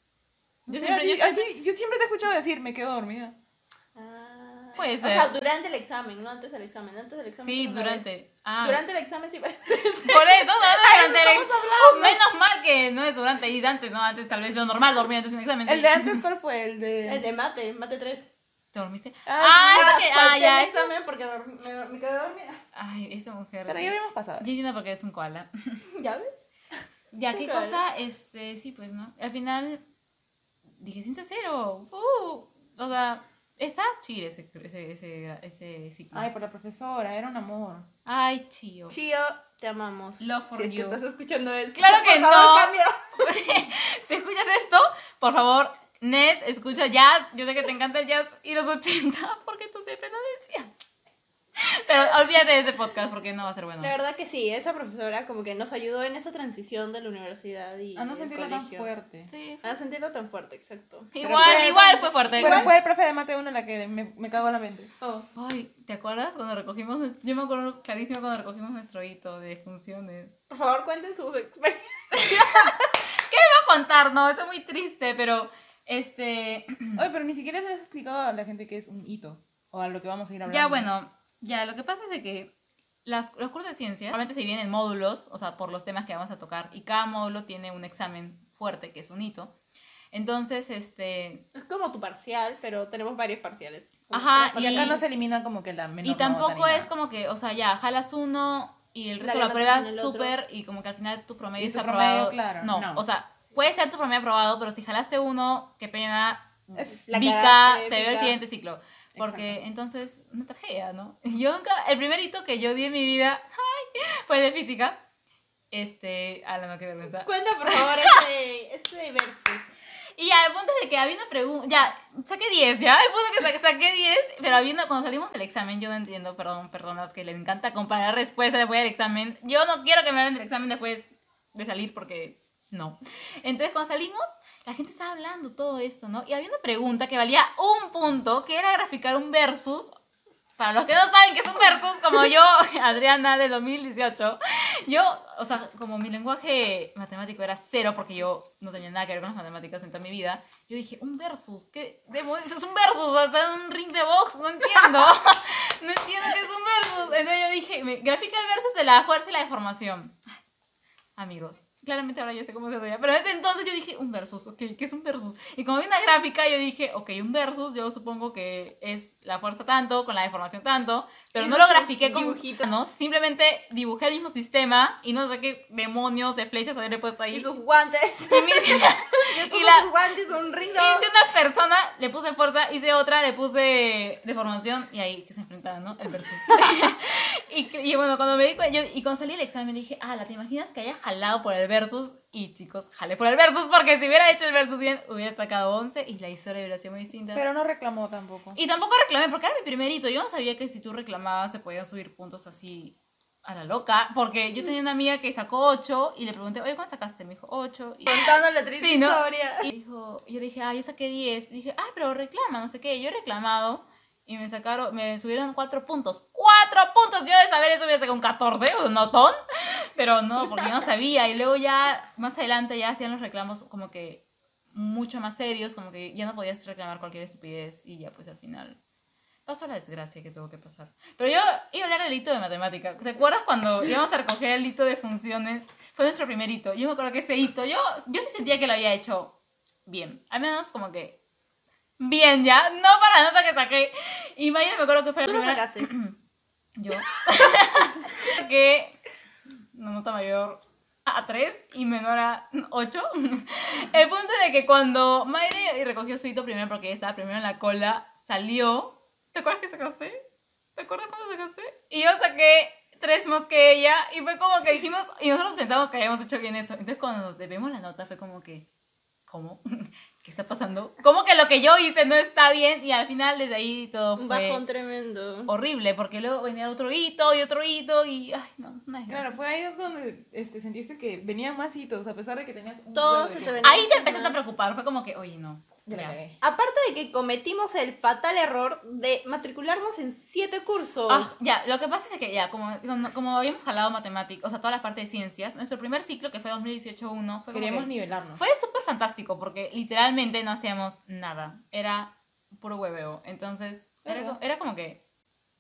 Speaker 3: O
Speaker 2: Yo
Speaker 3: sea,
Speaker 2: siempre.
Speaker 3: a
Speaker 2: Yo
Speaker 3: ti- a ti- yo siempre te he escuchado decir, me quedo dormida.
Speaker 1: Ah.
Speaker 2: Puede
Speaker 1: O sea,
Speaker 2: ser.
Speaker 1: durante el examen, no antes del examen. Antes del examen.
Speaker 2: sí,
Speaker 1: solo una vez.
Speaker 2: durante. Ah,
Speaker 1: Durante el examen sí.
Speaker 2: Por eso, no, no, durante el examen. Menos mal que no es durante y antes, no, antes tal vez lo normal dormir antes de un examen.
Speaker 3: ¿El
Speaker 2: sí.
Speaker 3: de antes cuál fue? El de...
Speaker 1: el de mate, mate 3.
Speaker 2: ¿Te dormiste?
Speaker 3: Ah,
Speaker 1: Ah,
Speaker 2: Ah, es que,
Speaker 1: falté
Speaker 2: ah, ya,
Speaker 1: el
Speaker 2: eso.
Speaker 1: examen porque dorm- me, me quedé dormida.
Speaker 2: Ay, esa mujer.
Speaker 3: Pero ya habíamos pasado.
Speaker 2: Yo entiendo por qué eres un koala.
Speaker 1: ¿Ya ves?
Speaker 2: Ya, qué
Speaker 1: koala.
Speaker 2: cosa, este, sí, pues, ¿no? Al final, dije, sin cero. Uh, o sea, está chile ese, ese, ese, gra- ese ciclo.
Speaker 3: Ay,
Speaker 2: Ay,
Speaker 3: por la profesora, era un amor.
Speaker 2: chío.
Speaker 1: Chío, te amamos.
Speaker 2: Love for
Speaker 1: si es que
Speaker 2: you.
Speaker 1: estás escuchando esto.
Speaker 2: Claro que
Speaker 1: por favor,
Speaker 2: no.
Speaker 1: cambia.
Speaker 2: si escuchas esto, por favor, Nes, escucha jazz. Yo sé que te encanta el jazz y los 80, porque tú siempre lo decías. Pero olvídate de ese podcast porque no va a ser bueno.
Speaker 1: La verdad que sí, esa profesora como que nos ayudó en esa transición de la universidad y
Speaker 3: A no
Speaker 1: del
Speaker 3: sentirla tan
Speaker 1: colegio.
Speaker 3: fuerte.
Speaker 2: Sí.
Speaker 1: A no sentirlo tan fuerte, exacto.
Speaker 2: Igual,
Speaker 3: fue-
Speaker 2: igual fue fuerte.
Speaker 3: Pero fue el profe de Mate 1 la que me, me cagó la mente.
Speaker 1: Oh.
Speaker 3: Todo.
Speaker 2: Ay, ¿te acuerdas cuando recogimos? nues- Yo me acuerdo clarísimo cuando recogimos nuestro hito de funciones.
Speaker 1: Por favor, cuenten sus experiencias.
Speaker 2: Voy a contar, no, esto es muy triste, pero este,
Speaker 3: Oye, pero ni siquiera se les explicaba a la gente que es un hito. O a lo que vamos a ir hablando.
Speaker 2: Ya, bueno, ya, lo que pasa es de que las, los cursos de ciencia normalmente se dividen en módulos, o sea, por los temas que vamos a tocar, y cada módulo tiene un examen fuerte, que es un hito. Entonces, este,
Speaker 1: Es como tu parcial, pero tenemos varios parciales.
Speaker 2: ajá,
Speaker 3: Porque
Speaker 2: y,
Speaker 3: acá no se elimina como que la menor
Speaker 2: y tampoco
Speaker 3: nota ni
Speaker 2: es
Speaker 3: nada.
Speaker 2: como que, o sea, ya, jalas uno y el resto
Speaker 1: Dale,
Speaker 2: lo
Speaker 1: mandas
Speaker 2: pruebas
Speaker 1: en el otro.
Speaker 2: súper y como que al final tu promedio
Speaker 3: Y
Speaker 2: es
Speaker 3: tu promedio,
Speaker 2: aprobado.
Speaker 3: claro,
Speaker 2: no,
Speaker 3: no.
Speaker 2: o sea, puede ser tu promedio aprobado, pero si jalaste uno, qué pena,
Speaker 3: Es-
Speaker 1: La
Speaker 2: Vica,
Speaker 1: cagaste,
Speaker 2: te veo el
Speaker 1: Vica.
Speaker 2: siguiente ciclo. Porque entonces, una tragedia, ¿no? Yo nunca, el primer hito que yo di en mi vida ay, fue de física. Este, a la no, qué vergüenza.
Speaker 1: Cuenta, por favor, ese, ese versus.
Speaker 2: Y ya, el punto es de que había una pregunta, ya, saqué 10, ya, el punto es que saqué, saqué 10, pero había una, cuando salimos del examen, yo no entiendo, perdón, personas que les encanta comparar respuestas después del examen. Yo no quiero que me hablen del examen después de salir porque no. Entonces, cuando salimos, la gente estaba hablando todo esto, ¿no? Y había una pregunta que valía un punto, que era graficar un versus. Para los que no saben qué es un versus, como yo, Adriana, de 2018, yo, o sea, como mi lenguaje matemático era cero porque yo no tenía nada que ver con las matemáticas en toda mi vida, yo dije, un versus, ¿qué demonios es un versus? Hasta en un ring de box, no entiendo. no entiendo qué es un versus. Entonces yo dije, me- grafica el versus de la fuerza y la deformación. Ay, Amigos, claramente ahora ya sé cómo se veía, pero en ese entonces yo dije, un versus, ok, ¿qué es un versus? Y como vi una gráfica, yo dije, ok, un versus, yo supongo que es la fuerza tanto, con la deformación tanto, pero no lo
Speaker 1: Dibuji-
Speaker 2: grafiqué con
Speaker 1: dibujito.
Speaker 2: ¿no? Simplemente dibujé el mismo sistema y no sé qué demonios de flechas haberle puesto ahí.
Speaker 1: Y sus guantes.
Speaker 2: Y me hice,
Speaker 1: Y
Speaker 2: la-
Speaker 1: sus guantes, un ringo.
Speaker 2: hice una persona, le puse fuerza, hice otra, le puse deformación y ahí que se enfrentaban, ¿no? El versus. y, que- y bueno, cuando me di cuenta, yo- y cuando salí el examen dije, ah, ¿te imaginas que haya jalado por el versus? Y chicos, jalé por el versus porque si hubiera hecho el versus bien, hubiera sacado 11 y la historia hubiera sido muy distinta.
Speaker 3: Pero no reclamó tampoco.
Speaker 2: Y tampoco reclamé, porque era mi primerito. Yo no sabía que si tú reclamabas se podían subir puntos así a la loca. Porque yo tenía una amiga que sacó 8 y le pregunté, oye, ¿cuánto sacaste? Me dijo 8. Y,
Speaker 1: Contando la triste
Speaker 2: Sí, ¿no?
Speaker 1: historia.
Speaker 2: y dijo, y yo le dije, ah, yo saqué 10. Y dije, ah, pero reclama, no sé qué. Yo he reclamado y me sacaron, me subieron 4 puntos. ¡4 puntos! Yo de saber eso hubiera sacado un 14, un notón. Pero no, porque yo no sabía. Y luego ya, más adelante, ya hacían los reclamos como que mucho más serios, como que ya no podías reclamar cualquier estupidez y ya pues al final pasó la desgracia que tuvo que pasar. Pero yo iba a hablar del hito de matemática. ¿Te acuerdas cuando íbamos a recoger el hito de funciones? Fue nuestro primer hito. Yo me acuerdo que ese hito, yo, yo sí sentía que lo había hecho bien. Al menos como que bien ya, no para la nota que saqué. Y Mayra me acuerdo que fue la
Speaker 1: Tú lo
Speaker 2: primera...
Speaker 1: sacaste.
Speaker 2: Yo. que una nota mayor a 3 y menor a 8. El punto de que cuando Mayre recogió su hito primero porque ella estaba primero en la cola, salió. ¿Te acuerdas que sacaste? ¿Te acuerdas cómo sacaste? Y yo saqué tres más que ella y fue como que dijimos, y nosotros pensamos que habíamos hecho bien eso. Entonces cuando nos debemos la nota fue como que, ¿cómo? ¿Qué está pasando? ¿Cómo que lo que yo hice no está bien? Y al final desde ahí todo fue
Speaker 1: Un bajón tremendo.
Speaker 2: horrible, porque luego venía otro hito y otro hito y. Ay, no, no es
Speaker 3: Claro, fue ahí donde este, sentiste que venían más hitos, a pesar de que tenías un
Speaker 1: Todo
Speaker 3: huevo de
Speaker 1: se te
Speaker 3: tiempo.
Speaker 1: venía
Speaker 2: Ahí te
Speaker 1: encima.
Speaker 2: empezaste a preocupar, fue como que, oye, no.
Speaker 3: Ya la
Speaker 2: ya.
Speaker 3: cagué.
Speaker 1: Aparte de que cometimos el fatal error de matricularnos en siete cursos.
Speaker 2: Ah, ya, lo que pasa es que ya, como, como, como habíamos jalado matemáticas, o sea, toda la parte de ciencias, nuestro primer ciclo, que fue 2018-1, fue como
Speaker 3: Queríamos
Speaker 2: que-
Speaker 3: nivelarnos.
Speaker 2: Fue súper fantástico, porque literalmente no hacíamos nada. Era puro hueveo. Entonces, era,
Speaker 3: Ajá.
Speaker 2: co- era como que.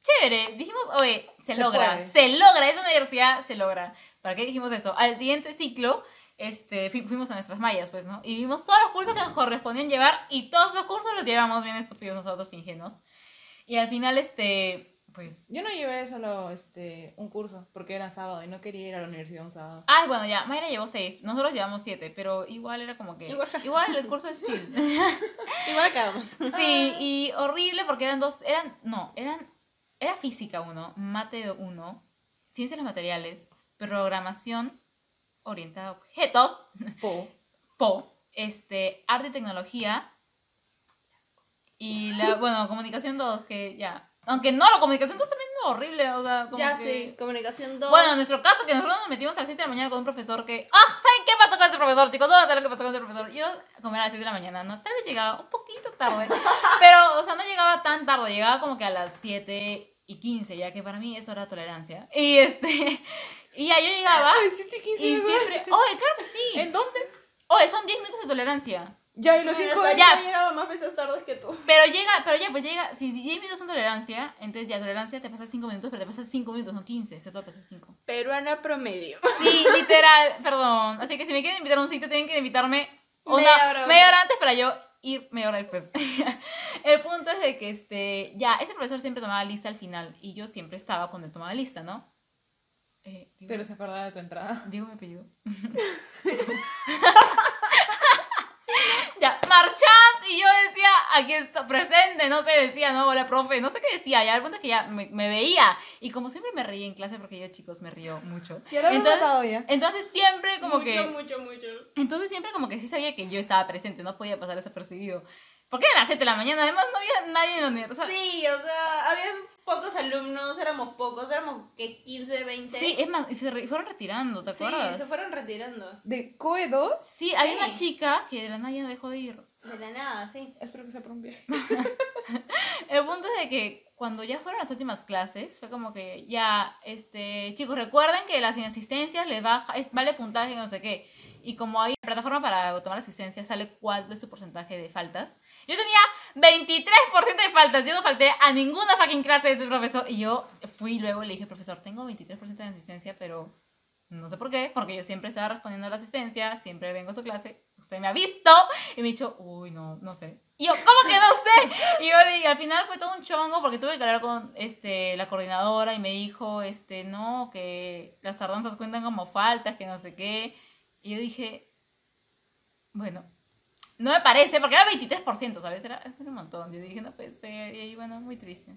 Speaker 2: Chévere, dijimos, oye, se,
Speaker 3: Se
Speaker 2: logra,
Speaker 3: puede.
Speaker 2: se logra, es una universidad, se logra. ¿Para qué dijimos eso? Al siguiente ciclo, este, fui- fuimos a nuestras mallas, pues, ¿no? Y vimos todos los cursos que nos correspondían llevar y todos los cursos los llevamos bien estúpidos nosotros, ingenuos. Y al final, este, pues,
Speaker 3: Yo no llevé solo este, un curso, porque era sábado y no quería ir a la universidad un sábado.
Speaker 2: Ah, bueno, ya, Mayra llevó seis, nosotros llevamos siete, pero igual era como que...
Speaker 1: Igual.
Speaker 2: Igual el curso es chill.
Speaker 1: Igual acabamos.
Speaker 2: Sí, y horrible porque eran dos, eran, no, eran, era física uno, mate uno, ciencias de los materiales, programación orientada a objetos,
Speaker 3: Po.
Speaker 2: PO, este, arte y tecnología, y la, bueno, comunicación 2, que ya, aunque no, la comunicación 2 también horrible, o sea, como
Speaker 1: Ya,
Speaker 2: que-
Speaker 1: sí, comunicación 2.
Speaker 2: Bueno, en nuestro caso, que nosotros nos metimos a las 7 de la mañana con un profesor que. ¡Ah! ¿Saben qué pasó con ese profesor, chicos? No van a saber qué pasó con ese profesor. Yo a comer a las 7 de la mañana, ¿no? Tal vez llegaba un poquito tarde. pero, o sea, no llegaba tan tarde, llegaba como que a las 7 y 15, ya que para mí eso era tolerancia. Y este. Y ya yo llegaba.
Speaker 3: Ay, sí, Ah, te
Speaker 2: y
Speaker 3: quise
Speaker 2: siempre.
Speaker 3: ayudar.
Speaker 2: ¡Oye, claro que sí!
Speaker 3: ¿En dónde?
Speaker 2: ¡Oye, son 10 minutos de tolerancia!
Speaker 3: Ya, y los cinco de...
Speaker 2: Ah, ya.
Speaker 1: ya. llegaba más veces tarde que tú.
Speaker 2: Pero llega, pero ya, pues llega, si 10 minutos son tolerancia, entonces ya tolerancia te pasas 5 minutos, pero te pasas 5 minutos, no 15, se te pasas 5.
Speaker 1: Peruana promedio.
Speaker 2: Sí, literal, perdón. Así que si me quieren invitar a un sitio, tienen que invitarme una,
Speaker 1: Media
Speaker 2: media,
Speaker 1: hora.
Speaker 2: hora. antes para yo ir media hora después. el punto es de que este, ya, ese profesor siempre tomaba lista al final y yo siempre estaba cuando él tomaba lista, ¿no? Eh, digo,
Speaker 3: Pero se acordaba de tu entrada.
Speaker 2: digo mi apellido. ya, marchand y yo decía, aquí está, presente, no sé, decía, no, hola, profe, no sé qué decía, ya el punto es que ya me, me veía y como siempre me reía en clase porque yo, chicos, me río mucho.
Speaker 3: Ya lo había
Speaker 2: Entonces,
Speaker 3: notado ya.
Speaker 2: entonces siempre como
Speaker 1: mucho,
Speaker 2: que...
Speaker 1: mucho, mucho.
Speaker 2: Entonces siempre como que sí sabía que yo estaba presente, no podía pasar desapercibido. Porque era las 7 de la mañana, además no había nadie en la universidad. O sea,
Speaker 1: Sí, o sea, había pocos alumnos, éramos pocos, éramos que 15, 20.
Speaker 2: sí. es más, y se re- fueron retirando, ¿te
Speaker 1: Sí,
Speaker 2: acuerdas? Sí,
Speaker 1: se fueron retirando.
Speaker 3: De COE 2,
Speaker 2: había
Speaker 1: Sí.
Speaker 2: una chica que de la nada ya dejó de ir.
Speaker 1: De la nada, sí.
Speaker 3: espero que sea por un viaje.
Speaker 2: El punto es de que cuando ya fueron las últimas clases, fue como que ya, este, chicos, recuerden que las inasistencias les baja, es, vale puntaje, no sé qué. Y como hay plataforma para tomar asistencia, sale cuál es su porcentaje de faltas. Yo tenía 23% de faltas, yo no falté a ninguna fucking clase de ese profesor. Y yo fui y luego le dije, profesor, tengo 23% de asistencia, pero no sé por qué, porque yo siempre estaba respondiendo a la asistencia, siempre vengo a su clase, usted me ha visto y me ha dicho, uy, no, no sé. Y yo, ¿cómo que no sé? Y yo le dije, al final fue todo un chongo porque tuve que hablar con este, la coordinadora y me dijo, este, no, que las tardanzas cuentan como faltas, que no sé qué. Y yo dije, bueno, no me parece, porque era 23%, ¿sabes? Era, era un montón. Yo dije, no puede ser. Y ahí, bueno, muy triste.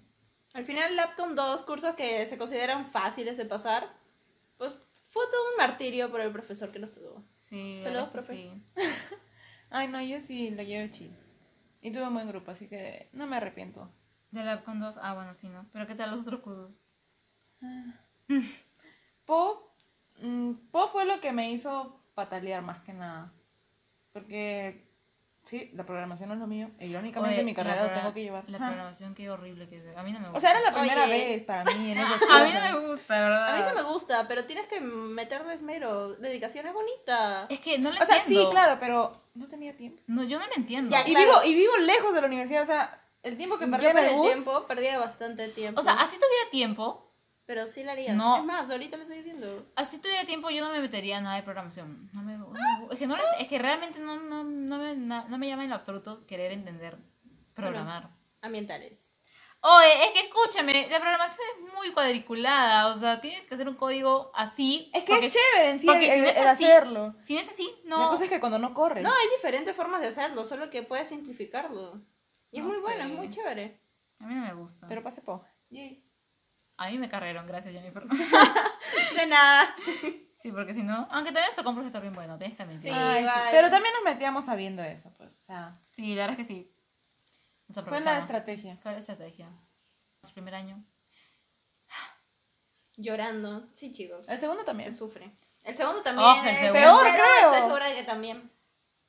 Speaker 1: Al final, Laptop 2, cursos que se consideran fáciles de pasar, pues fue todo un martirio por el profesor que nos tuvo.
Speaker 2: Sí. la
Speaker 1: Saludos,
Speaker 2: verdad es que
Speaker 1: profe.
Speaker 2: sí.
Speaker 3: Ay, no, yo sí lo llevo chill. Y tuve un buen grupo, así que no me arrepiento.
Speaker 2: De la con dos, ah, bueno, sí, ¿no? Pero ¿qué tal los otros cursos?
Speaker 3: Po, mm, po fue lo que me hizo patalear más que nada. Porque, sí, la programación no es lo mío. e irónicamente
Speaker 2: Oye,
Speaker 3: mi
Speaker 2: la
Speaker 3: carrera lo
Speaker 2: progra-
Speaker 3: tengo que llevar.
Speaker 2: La
Speaker 3: Ajá.
Speaker 2: programación, qué horrible que es. A mí no me gusta.
Speaker 3: O sea, era la primera
Speaker 1: Oye.
Speaker 3: vez para mí en esas
Speaker 2: A mí no
Speaker 3: cosas.
Speaker 2: me gusta, de ¿verdad?
Speaker 1: A mí se me gusta, pero tienes que meterle esmero. Dedicación es bonita.
Speaker 2: Es que no le
Speaker 3: O sea, sí,
Speaker 2: entiendo.
Speaker 3: claro, pero no tenía tiempo.
Speaker 2: No, yo no le entiendo.
Speaker 1: Ya,
Speaker 3: Y,
Speaker 1: Claro.
Speaker 3: vivo, y vivo lejos de la universidad, o sea, el tiempo que
Speaker 1: Yo
Speaker 3: perdí en
Speaker 1: por
Speaker 3: el
Speaker 1: el
Speaker 3: bus...
Speaker 1: tiempo, perdía bastante tiempo.
Speaker 2: O sea, así tuviera tiempo,
Speaker 1: pero sí la haría.
Speaker 2: No.
Speaker 1: Es más, ahorita le estoy diciendo.
Speaker 2: así tuviera tiempo yo no me metería en nada de programación. No me, no me gu- es, que no le- es que realmente no, no, no, me, na- no me llama en lo absoluto querer entender programar.
Speaker 1: Ambientales.
Speaker 2: Oye, es que escúchame, la programación es muy cuadriculada, o sea, tienes que hacer un código así.
Speaker 3: Es que
Speaker 2: porque-
Speaker 3: es chévere en sí el,
Speaker 2: porque si no
Speaker 3: el-
Speaker 2: es
Speaker 3: el
Speaker 2: así-
Speaker 3: hacerlo.
Speaker 2: Si no es así,
Speaker 3: La
Speaker 2: no.
Speaker 3: cosa es que cuando no corre.
Speaker 1: No, hay diferentes formas de hacerlo, solo que puedes simplificarlo. Y es
Speaker 2: No
Speaker 1: muy bueno, es
Speaker 2: sé.
Speaker 1: muy chévere.
Speaker 2: A mí no me gusta.
Speaker 3: Pero pasé po. Yay.
Speaker 2: A mí me cargaron, gracias Jennifer.
Speaker 1: De nada.
Speaker 2: sí, porque si no, aunque también sacó un profesor bien bueno, tienes
Speaker 1: Sí,
Speaker 2: que admitirlo.
Speaker 3: Ay, sí.
Speaker 1: vale.
Speaker 3: Pero también nos metíamos sabiendo eso, pues, o sea,
Speaker 2: Sí. la verdad es que sí. Nos
Speaker 3: fue la
Speaker 2: aprovechamos.
Speaker 3: estrategia.
Speaker 2: Fue la estrategia. Nuestro primer año.
Speaker 1: Llorando. Sí, chicos.
Speaker 3: El segundo
Speaker 1: Se
Speaker 3: también.
Speaker 1: sufre. El segundo también.
Speaker 2: Ojo, el
Speaker 1: eh,
Speaker 2: segundo.
Speaker 3: Peor,
Speaker 1: tercero,
Speaker 3: creo.
Speaker 1: Estoy segura de que también.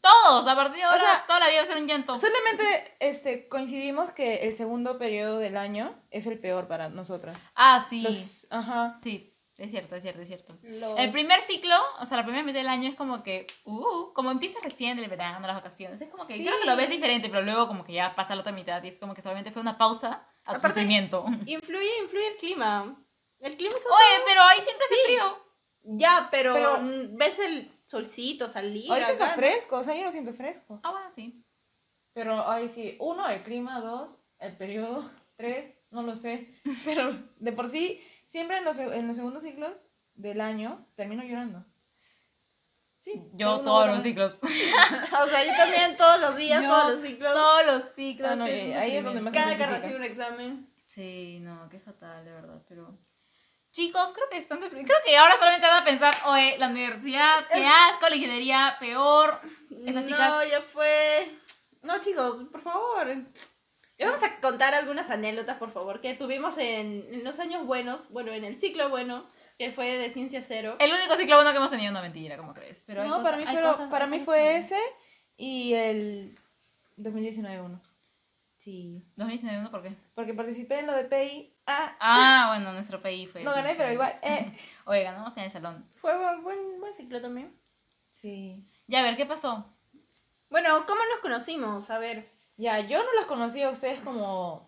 Speaker 2: Todos, a partir de ahora,
Speaker 3: sea,
Speaker 2: toda la vida va a ser un llanto.
Speaker 3: Solamente este, coincidimos que el segundo periodo del año es el peor para nosotras.
Speaker 2: Ah, sí.
Speaker 3: Los- ajá.
Speaker 2: Sí, es cierto, es cierto, es cierto.
Speaker 1: Los-
Speaker 2: El primer ciclo, o sea, la primera mitad del año es como que, uh, como empieza recién el verano, las vacaciones, es como que creo que lo ves diferente, pero luego como que ya pasa la otra mitad y es como que solamente fue una pausa a tu
Speaker 1: Aparte-
Speaker 2: sufrimiento.
Speaker 1: Influye, influye el clima. El clima está...
Speaker 2: Oye, pero ahí siempre hace frío.
Speaker 1: Ya, pero,
Speaker 3: Pero-
Speaker 1: mm, ves el solcito salir.
Speaker 3: Ahorita está
Speaker 1: acá, ¿no?
Speaker 3: fresco, o sea, yo no siento fresco.
Speaker 2: Ah, bueno, sí.
Speaker 3: Pero ay sí, uno, el clima, dos, el periodo, tres, no lo sé. Pero de por sí, siempre en los, seg- en los segundos ciclos del año termino llorando.
Speaker 1: Sí.
Speaker 2: Yo
Speaker 3: Uno,
Speaker 2: todos
Speaker 3: uno.
Speaker 2: los ciclos.
Speaker 1: O sea, yo también todos los días,
Speaker 2: Yo
Speaker 1: todos los ciclos.
Speaker 2: todos los ciclos.
Speaker 3: Ah, no,
Speaker 2: sí,
Speaker 3: y-
Speaker 2: muy
Speaker 3: ahí es
Speaker 2: bien.
Speaker 3: donde más
Speaker 1: Cada que
Speaker 3: intensifica.
Speaker 1: recibo un examen.
Speaker 2: Sí, no, qué fatal, de verdad, pero... Chicos, creo que están deprim- Creo que ahora solamente van a pensar, oye, la universidad, qué asco, la ingeniería, peor. Estas
Speaker 1: no,
Speaker 2: chicas...
Speaker 1: ya fue. No, chicos, por favor. Les vamos a contar algunas anécdotas, por favor, que tuvimos en, en los años buenos, bueno, en el ciclo bueno, que fue de Ciencia Cero.
Speaker 2: El único ciclo bueno que hemos tenido, no mentira, ¿cómo crees? Pero hay
Speaker 3: no,
Speaker 2: cosas-
Speaker 3: para mí,
Speaker 2: hay
Speaker 3: fueron-
Speaker 2: cosas-
Speaker 3: para
Speaker 2: hay
Speaker 3: mí
Speaker 2: cosas
Speaker 3: fue
Speaker 2: chéveres.
Speaker 3: ese y el 2019 uno. Sí.
Speaker 2: 2019, ¿por qué?
Speaker 3: Porque participé en lo de PI. Ah,
Speaker 2: Ah, bueno, nuestro PI fue.
Speaker 3: no gané, pero
Speaker 2: chévere.
Speaker 3: igual. Eh.
Speaker 2: Oye, ganamos en el salón.
Speaker 1: Fue buen, buen, buen ciclo también.
Speaker 3: Sí.
Speaker 2: Ya, a ver, ¿qué pasó?
Speaker 1: Bueno, ¿cómo nos conocimos? A ver.
Speaker 3: Ya, yo no las conocí a ustedes como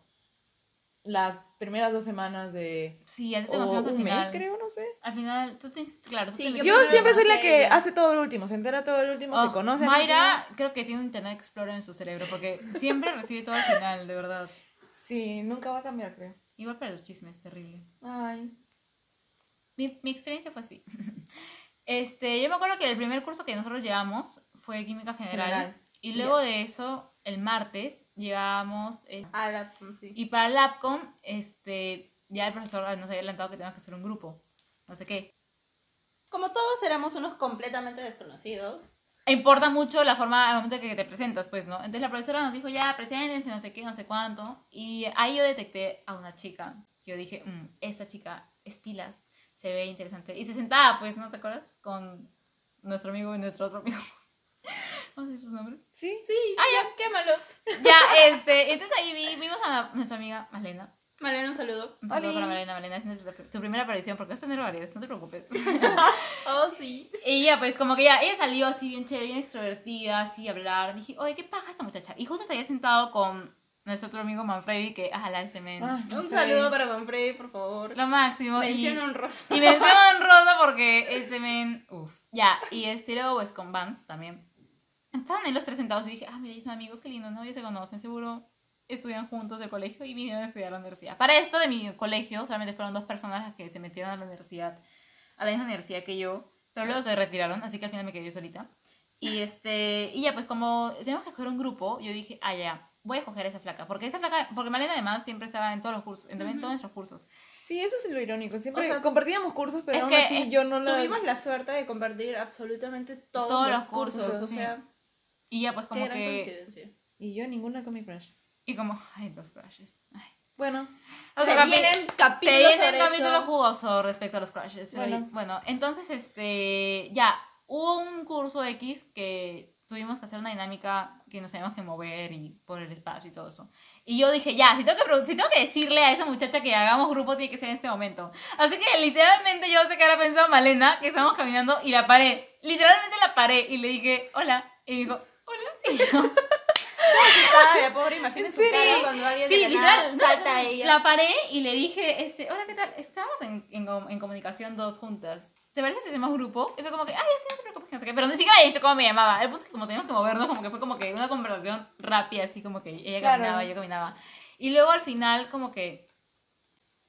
Speaker 3: las primeras dos semanas de...
Speaker 2: Sí, a ti te
Speaker 3: o
Speaker 2: conocimos al
Speaker 3: Oh, un
Speaker 2: final.
Speaker 3: mes, creo, no sé.
Speaker 2: Al final, tú tienes, claro, tú
Speaker 1: Sí,
Speaker 2: tienes-
Speaker 1: Yo
Speaker 3: Yo,
Speaker 1: primero
Speaker 3: siempre
Speaker 1: la
Speaker 3: soy la
Speaker 1: conocí a
Speaker 3: que
Speaker 1: ella.
Speaker 3: hace todo el último, se entera todo el último,
Speaker 2: Oh,
Speaker 3: se conoce. al
Speaker 2: Mayra creo que tiene un Internet Explorer en su cerebro porque siempre recibe todo al final, de verdad.
Speaker 3: último. Sí, nunca va a cambiar, creo.
Speaker 2: Igual para los chismes, terrible.
Speaker 3: Ay.
Speaker 2: Mi, mi experiencia fue así. Este, yo me acuerdo que el primer curso que nosotros llevamos fue Química General.
Speaker 3: General.
Speaker 2: Y luego de eso, el martes, llevábamos... eh,
Speaker 1: Ah, la, sí.
Speaker 2: Y para el APCOM, este, ya el profesor nos había adelantado que teníamos que hacer un grupo. No sé qué.
Speaker 1: Como todos éramos unos completamente desconocidos.
Speaker 2: importa mucho la forma al momento que te presentas, pues, ¿no? Entonces la profesora nos dijo, ya, preséntense, no sé qué, no sé cuánto. Y ahí yo detecté a una chica. Yo dije, "Mm, esta chica es pilas, se ve interesante. Y se sentaba, pues, ¿no? ¿Te acuerdas? Con nuestro amigo y nuestro otro amigo. ¿Cómo se sus nombres?
Speaker 3: Sí,
Speaker 1: Sí,
Speaker 2: Ah,
Speaker 1: ya, quémalos.
Speaker 2: Ya, este, entonces ahí vi- vimos a la- nuestra amiga Malena.
Speaker 1: Malena, un saludo.
Speaker 2: Un saludo
Speaker 3: Oli.
Speaker 2: para Malena, Malena, esta es nuestra- tu primera aparición, porque vas a tener varias, no te preocupes.
Speaker 1: Oh, sí.
Speaker 2: Y ya, pues como que ya, ella salió así bien chévere, bien extrovertida, así a hablar. Dije, oye, qué paja esta muchacha. Y justo se había sentado con nuestro otro amigo Manfredi, que, ajá, la ese men.
Speaker 3: Ah,
Speaker 1: Un
Speaker 3: sí.
Speaker 1: saludo para Manfredi, por favor.
Speaker 2: Lo máximo. Y,
Speaker 1: Mención
Speaker 2: y
Speaker 1: honrosa.
Speaker 2: mención honrosa porque ese men, uff. Ya, y este luego pues con Vance también. Estaban ahí los tres sentados y dije, ah, mira, ellos son amigos, qué lindos, ¿no? Ya se conocen, seguro estudian juntos del colegio y vinieron a estudiar a la universidad. Para esto de mi colegio, solamente fueron dos personas las que se metieron a la universidad, a la misma universidad que yo, pero luego se retiraron, así que al final me quedé yo solita. Y, este, y ya, pues como tenemos que escoger un grupo, yo dije, ah, ya, voy a escoger a esa flaca, porque esa flaca, porque Malena además siempre estaba en todos los cursos, en, en todos nuestros cursos.
Speaker 3: Sí, eso es lo irónico. Siempre
Speaker 1: O sea,
Speaker 3: compartíamos cursos, pero
Speaker 2: es
Speaker 3: aún
Speaker 2: que,
Speaker 3: así
Speaker 2: eh,
Speaker 3: yo no la...
Speaker 1: Tuvimos la suerte de compartir absolutamente todos,
Speaker 2: Todos
Speaker 1: los,
Speaker 2: los
Speaker 1: cursos.
Speaker 2: cursos,
Speaker 1: o
Speaker 2: sí.
Speaker 1: sea,
Speaker 2: Y ya, pues
Speaker 1: qué
Speaker 2: como
Speaker 1: gran
Speaker 2: que...
Speaker 1: coincidencia.
Speaker 3: Y yo ninguna con mi crush.
Speaker 2: Y como, ay, los crushes. Ay.
Speaker 3: Bueno,
Speaker 2: O sea,
Speaker 1: se
Speaker 2: capi-
Speaker 1: vienen
Speaker 2: Se
Speaker 1: capítulos
Speaker 2: viene
Speaker 1: sobre
Speaker 2: el capítulo
Speaker 1: eso.
Speaker 2: jugoso respecto a los crushes. pero
Speaker 3: Bueno.
Speaker 2: bueno. entonces, este, ya, hubo un curso X que tuvimos que hacer una dinámica que nos teníamos que mover y por el espacio y todo eso. Y yo dije, ya, si tengo que, produ- si tengo que decirle a esa muchacha que hagamos grupo, tiene que ser en este momento. Así que literalmente yo sé que ahora pensaba Malena, que estábamos caminando y la paré. Literalmente la paré y le dije, hola. Y me dijo, hola. Y yo,
Speaker 1: Ah, la pobre, imaginen su
Speaker 2: Sí.
Speaker 1: cara cuando alguien
Speaker 2: Sí,
Speaker 1: de la nada
Speaker 2: literal.
Speaker 1: salta
Speaker 2: no,
Speaker 1: a ella.
Speaker 2: La paré y le dije, este, hola, ¿qué tal? Estábamos en, en, com- en comunicación dos juntas. ¿Te parece si hacemos grupo? Y fue como que, ay, así no te preocupes, que no sé qué. Pero ni siquiera había dicho cómo me llamaba. El punto es que como teníamos que movernos, como que fue como que una conversación rápida, así como que ella
Speaker 3: Claro.
Speaker 2: caminaba, yo caminaba. Y luego al final, como que,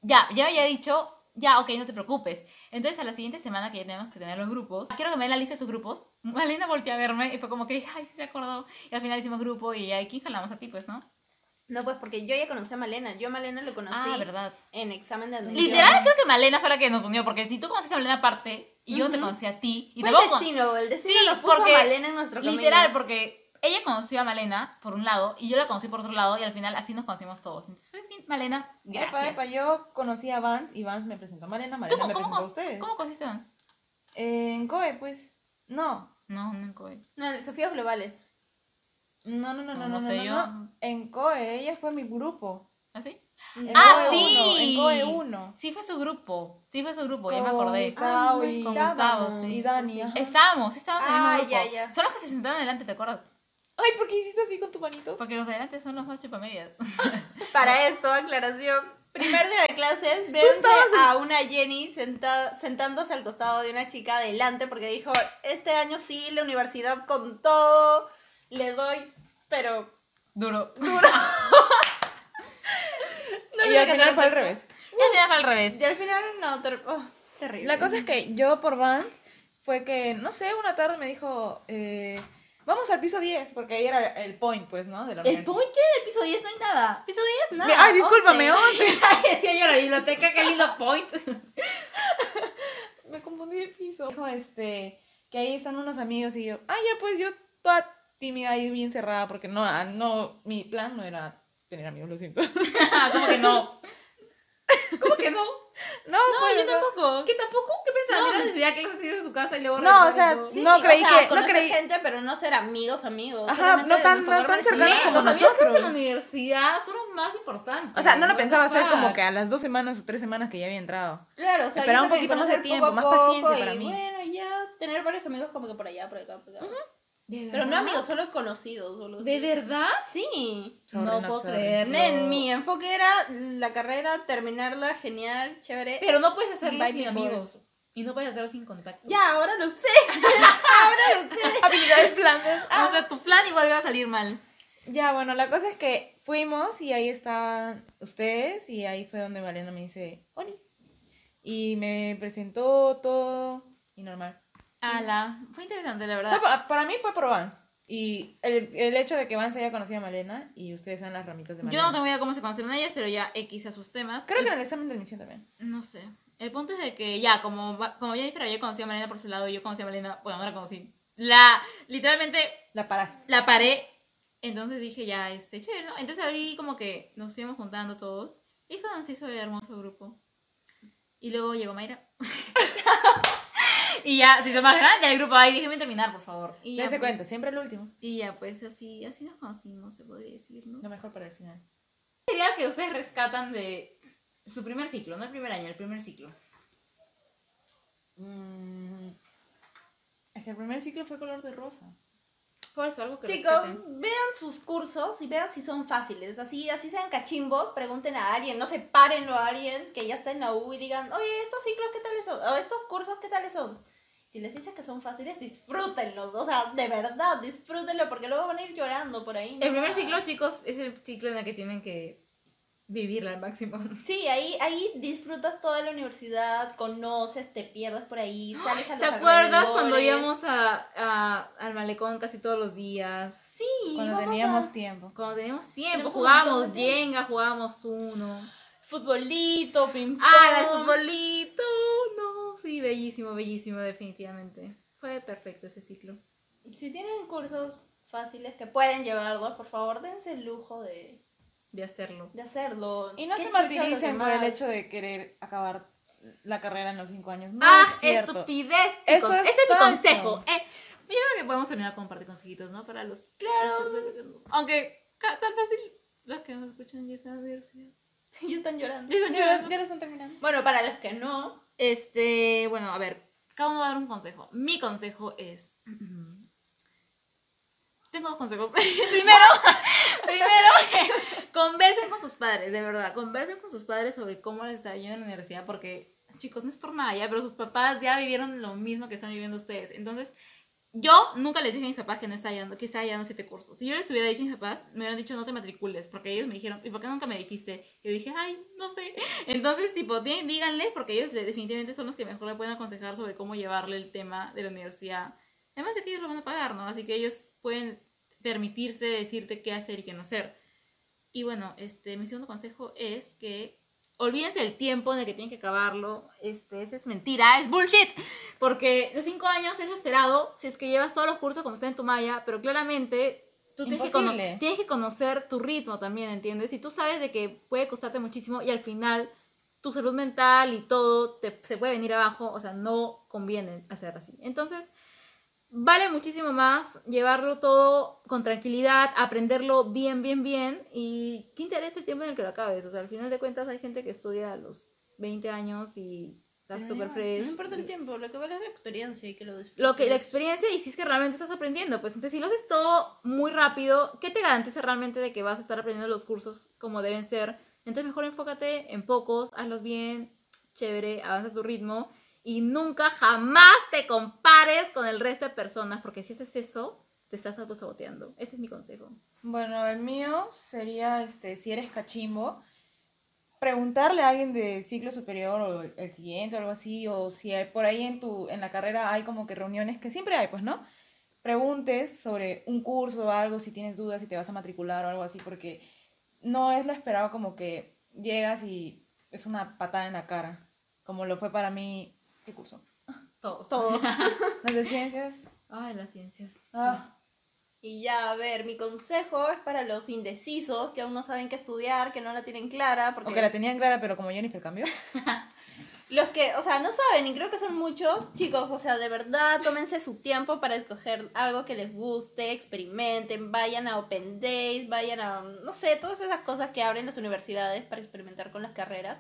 Speaker 2: ya, ya había dicho, ya, ok, no te preocupes. Entonces a la siguiente semana que ya tenemos que tener los grupos, quiero que me dé la lista de sus grupos. Malena volteó a verme y fue como que, ay, sí se acordó. Y al final hicimos grupo y ahí, ¿quién jalamos a ti, pues, no?
Speaker 1: No, pues porque yo ya conocí a Malena. Yo a Malena lo conocí
Speaker 2: Ah, verdad.
Speaker 1: en examen de admisión.
Speaker 2: Literal, creo que Malena fue la que nos unió, porque si tú conociste a Malena aparte y yo te
Speaker 1: Ujú.
Speaker 2: conocí a ti, y
Speaker 1: Fue el
Speaker 2: tampoco-
Speaker 1: destino, el destino
Speaker 2: Sí,
Speaker 1: nos puso
Speaker 2: porque-
Speaker 1: a Malena en nuestro camino.
Speaker 2: literal, porque ella conoció a Malena por un lado y yo la conocí por otro lado y al final así nos conocimos todos. Entonces, fue bien, Malena, gracias.
Speaker 3: epa, epa, yo conocí a Vance y Vance me presentó a Malena, Malena
Speaker 2: ¿Cómo,
Speaker 3: me
Speaker 2: cómo,
Speaker 3: presentó a
Speaker 2: cómo,
Speaker 3: ustedes.
Speaker 2: cómo conociste a Vance?
Speaker 3: En COE, pues. No,
Speaker 2: No, no en Kobe.
Speaker 1: No, en desafíos globales.
Speaker 2: Ah,
Speaker 3: no, no, no, no,
Speaker 2: No,
Speaker 3: no,
Speaker 2: no
Speaker 3: no,
Speaker 2: sé
Speaker 3: no,
Speaker 2: yo.
Speaker 3: no. En COE, ella fue mi grupo.
Speaker 2: ¿Ah, sí?
Speaker 3: En
Speaker 2: ¡Ah,
Speaker 3: COE
Speaker 2: sí!
Speaker 3: uno, en COE 1.
Speaker 2: Sí fue su grupo, sí fue su grupo, ya me
Speaker 3: Con
Speaker 2: acordé.
Speaker 3: Gustavo
Speaker 1: Ah,
Speaker 3: y,
Speaker 1: no
Speaker 2: Con Gustavo,
Speaker 1: estábamos.
Speaker 2: sí.
Speaker 3: y Dani. ajá.
Speaker 2: Estábamos, sí estábamos en
Speaker 1: Ah,
Speaker 2: el mismo
Speaker 1: ya,
Speaker 2: grupo.
Speaker 1: ya.
Speaker 2: Son los que se sentaron adelante, ¿te acuerdas?
Speaker 3: Ay, ¿por qué hiciste así con tu manito?
Speaker 2: Porque los de adelante son los más chupamedias.
Speaker 1: Para esto, aclaración. Primer día de clases, véanse
Speaker 3: estabas en-
Speaker 1: a una Jenny sentada, sentándose al costado de una chica adelante porque dijo, este año sí, la universidad con todo, le doy, pero...
Speaker 2: Duro.
Speaker 1: No
Speaker 3: y
Speaker 1: le
Speaker 3: al
Speaker 1: voy a
Speaker 3: final
Speaker 1: cantar
Speaker 3: fue al revés.
Speaker 2: Y al final fue al revés.
Speaker 1: Y Este, al final, no, ter- oh, terrible.
Speaker 3: La cosa es que yo por Vance fue que, no sé, una tarde me dijo, eh, vamos al piso 10, porque ahí era el point, pues, ¿no? De la
Speaker 2: El
Speaker 3: universidad.
Speaker 2: punto del piso 10 no hay nada.
Speaker 1: Piso 10, nada.
Speaker 3: Ay, discúlpame,
Speaker 1: 11.
Speaker 3: 11.
Speaker 2: Decía yo la biblioteca, qué lindo point.
Speaker 3: Me confundí de piso. Dijo, este, que ahí están unos amigos y yo, ah, ya, pues yo toda tímida y bien cerrada, porque no, ah, no, mi plan no era tener amigos, lo siento.
Speaker 2: ¿Cómo Ah, que no? ¿Cómo que no?
Speaker 3: No, pues, o sea,
Speaker 1: tampoco.
Speaker 2: ¿Que tampoco? ¿Qué pensaban? ¿Era necesidad que los ir a su casa y luego
Speaker 3: No,
Speaker 2: regresar
Speaker 3: o sea,
Speaker 2: y todo?
Speaker 3: sí, No creí que- no
Speaker 1: conocer
Speaker 3: creí-
Speaker 1: gente, pero no ser amigos, amigos.
Speaker 3: Ajá,
Speaker 1: solamente
Speaker 3: no tan-
Speaker 1: de
Speaker 3: no
Speaker 1: formar
Speaker 3: tan
Speaker 2: Sí,
Speaker 3: cercanos
Speaker 1: vecinos.
Speaker 3: como
Speaker 2: los amigos que
Speaker 3: nosotros.
Speaker 2: en la universidad son los más importantes.
Speaker 3: o sea, no lo pensaba hacer
Speaker 2: What the
Speaker 3: como
Speaker 2: fuck?
Speaker 3: que a las dos semanas o tres semanas que ya había entrado.
Speaker 1: Claro, o sea,
Speaker 3: Esperaba
Speaker 1: yo también
Speaker 3: un poquito más de
Speaker 1: conocer
Speaker 3: tiempo,
Speaker 1: poco a
Speaker 3: más paciencia
Speaker 1: poco y
Speaker 3: para mí.
Speaker 1: Bueno, ya tener varios amigos como que por allá, por acá, por acá.
Speaker 2: ¿De
Speaker 1: Pero no
Speaker 2: verdad?
Speaker 1: amigos, solo conocidos. solo
Speaker 2: ¿De
Speaker 1: así.
Speaker 2: verdad?
Speaker 1: Sí.
Speaker 3: Sorry,
Speaker 2: no
Speaker 3: not
Speaker 2: puedo
Speaker 3: sorry.
Speaker 2: creerlo.
Speaker 1: Nen, mi enfoque era la carrera, terminarla, genial, chévere.
Speaker 2: Pero no puedes hacerlo
Speaker 1: Bye,
Speaker 2: sin
Speaker 1: big boy.
Speaker 2: amigos. Y no puedes hacerlo sin contacto.
Speaker 1: Ya, ahora lo sé. ahora lo sé.
Speaker 3: Habilidades blandas.
Speaker 2: O sea, tu plan igual iba a salir mal.
Speaker 3: Ya, bueno, la cosa es que fuimos y ahí estaban ustedes y ahí fue donde Mariana me dice, Onis. Y me presentó todo y normal.
Speaker 2: Ala, fue interesante, la
Speaker 3: Fue
Speaker 2: verdad.
Speaker 3: pa- para mí fue por Vance. Y el, el hecho de que Vance haya conocido a Malena y ustedes sean las ramitas de
Speaker 2: Yo
Speaker 3: Malena.
Speaker 2: no tengo idea cómo se conocieron ellas, pero ya X a sus temas.
Speaker 3: Creo
Speaker 2: Y-
Speaker 3: que en el examen de admisión también.
Speaker 2: No sé. El punto es de que ya, como, va- como ya dije, pero yo conocí a Malena por su lado, yo conocí a Malena, bueno, no la conocí. La, literalmente,
Speaker 3: La paraste.
Speaker 2: la paré. Entonces dije, ya, este, chévere, ¿no? Entonces ahí como que nos íbamos juntando todos. Y fue donde se hizo el hermoso grupo. Y luego llegó Mayra. y ya, se hizo más grande el grupo. Ahí déjeme terminar, por favor. Y ya,
Speaker 3: Dense
Speaker 2: pues,
Speaker 3: cuenta, siempre el último.
Speaker 2: Y ya, pues así, así nos conocimos, se podría decir, ¿no?
Speaker 3: Lo mejor para el final.
Speaker 2: sería lo que ustedes rescatan de su primer ciclo? No el primer año, el primer ciclo.
Speaker 3: Mm, Es que el primer ciclo fue color de rosa.
Speaker 2: Por eso, algo que
Speaker 1: Chicos,
Speaker 2: rescaten.
Speaker 1: vean sus cursos y vean si son fáciles. Así, así sean cachimbos, pregunten a alguien, no se párenlo a alguien que ya está en la U y digan, oye, estos ciclos qué tales son, o estos cursos qué tales son. Si les dices que son fáciles, disfrútenlos. O sea, de verdad, disfrútenlo, porque luego van a ir llorando por ahí.
Speaker 2: El primer ciclo, chicos, es el ciclo en el que tienen que vivirla al máximo.
Speaker 1: Sí, ahí, ahí disfrutas toda la universidad, conoces, te pierdes por ahí, sales a los
Speaker 2: ¿Te acuerdas cuando
Speaker 1: alrededores.
Speaker 2: íbamos a, a- al malecón casi todos los días?
Speaker 1: Sí,
Speaker 3: Cuando
Speaker 1: íbamos a-
Speaker 3: teníamos tiempo.
Speaker 2: Cuando teníamos tiempo,
Speaker 1: Tenemos un
Speaker 2: jugábamos
Speaker 1: montón
Speaker 3: ¿eh?
Speaker 1: de tiempo.
Speaker 2: Jenga, jugábamos uno.
Speaker 1: Futbolito, ping
Speaker 2: ¡Ah, el
Speaker 1: pong.
Speaker 2: futbolito! No, sí, bellísimo, bellísimo, definitivamente. Fue perfecto ese ciclo.
Speaker 1: Si tienen cursos fáciles que pueden llevarlos, por favor, dense el lujo de,
Speaker 2: De hacerlo.
Speaker 1: de hacerlo.
Speaker 3: Y no
Speaker 1: Qué
Speaker 3: se
Speaker 1: chucha los
Speaker 3: martiricen por el
Speaker 1: demás.
Speaker 3: hecho de querer acabar la carrera en los cinco años. No
Speaker 2: ¡Ah,
Speaker 3: es cierto.
Speaker 2: estupidez, chicos!
Speaker 3: Eso es
Speaker 2: Ese es mi
Speaker 3: falso.
Speaker 2: consejo. Eh, yo creo que podemos terminar con un par de consejitos, ¿no? Para los... Claro. aunque ca- tan fácil... Los que nos escuchan ya están en la universidad.
Speaker 1: Ya están llorando.
Speaker 2: Ya están
Speaker 3: Ya,
Speaker 2: llorando.
Speaker 3: lo- ya lo están terminando.
Speaker 1: Bueno, para los que no,
Speaker 2: Este, bueno, a ver, cada uno va a dar un consejo. Mi consejo es. Tengo dos consejos. primero, primero, conversen con sus padres, de verdad. Conversen con sus padres sobre cómo les está yendo en la universidad, porque, chicos, no es por nada ya, pero sus papás ya vivieron lo mismo que están viviendo ustedes. Entonces, yo nunca les dije a mis papás que no estaba llevando, que estaba llevando siete cursos. Si yo les hubiera dicho a mis papás, me hubieran dicho no te matricules, porque ellos me dijeron, ¿y por qué nunca me dijiste? Yo dije, ay, no sé. Entonces, tipo, di- díganles, porque ellos le- definitivamente son los que mejor le pueden aconsejar sobre cómo llevarle el tema de la universidad. Además de que ellos lo van a pagar, ¿no? Así que ellos pueden permitirse decirte qué hacer y qué no hacer. Y bueno, este, mi segundo consejo es que olvídense del tiempo en el que tienen que acabarlo. Este, esa es mentira, es bullshit. Porque los cinco años es lo esperado si es que llevas todos los cursos como está en tu malla, pero claramente tú tienes que, cono-
Speaker 3: Imposible.
Speaker 2: tienes que conocer tu ritmo también, ¿entiendes? Y tú sabes de que puede costarte muchísimo y al final tu salud mental y todo te- se puede venir abajo, o sea, no conviene hacer así. Entonces, vale muchísimo más llevarlo todo con tranquilidad, aprenderlo bien, bien, bien. Y qué interés el tiempo en el que lo acabes. O sea, al final de cuentas hay gente que estudia a los 20 años y está súper fresh.
Speaker 1: no importa
Speaker 2: Y-
Speaker 1: el tiempo, lo que vale es la experiencia y que lo disfrutes.
Speaker 2: Lo que, la experiencia y si es que realmente estás aprendiendo. Pues entonces, si lo haces todo muy rápido, ¿qué te garantiza realmente de que vas a estar aprendiendo los cursos como deben ser? Entonces, mejor enfócate en pocos, hazlos bien, chévere, avanza a tu ritmo y nunca jamás te compares con el resto de personas, porque si haces eso, te estás autosaboteando. Ese es mi consejo.
Speaker 3: Bueno, el mío sería, este, si eres cachimbo, preguntarle a alguien de ciclo superior o el siguiente o algo así, o si hay por ahí en tu, en la carrera hay como que reuniones que siempre hay, pues, ¿no? Preguntes sobre un curso o algo, si tienes dudas, si te vas a matricular o algo así, porque no es lo esperado como que llegas y es una patada en la cara, como lo fue para mí, ¿qué curso?
Speaker 2: Todos.
Speaker 1: Todos.
Speaker 3: Las de ciencias.
Speaker 2: Ay, las ciencias.
Speaker 3: Ah,
Speaker 1: Y ya, a ver, mi consejo es para los indecisos que aún no saben qué estudiar, que no la tienen clara, porque
Speaker 3: O que la tenían clara, pero como Jennifer cambió.
Speaker 1: los que, o sea, no saben, y creo que son muchos, chicos, o sea, de verdad, tómense su tiempo para escoger algo que les guste, experimenten, vayan a Open Days, vayan a, no sé, todas esas cosas que abren las universidades para experimentar con las carreras.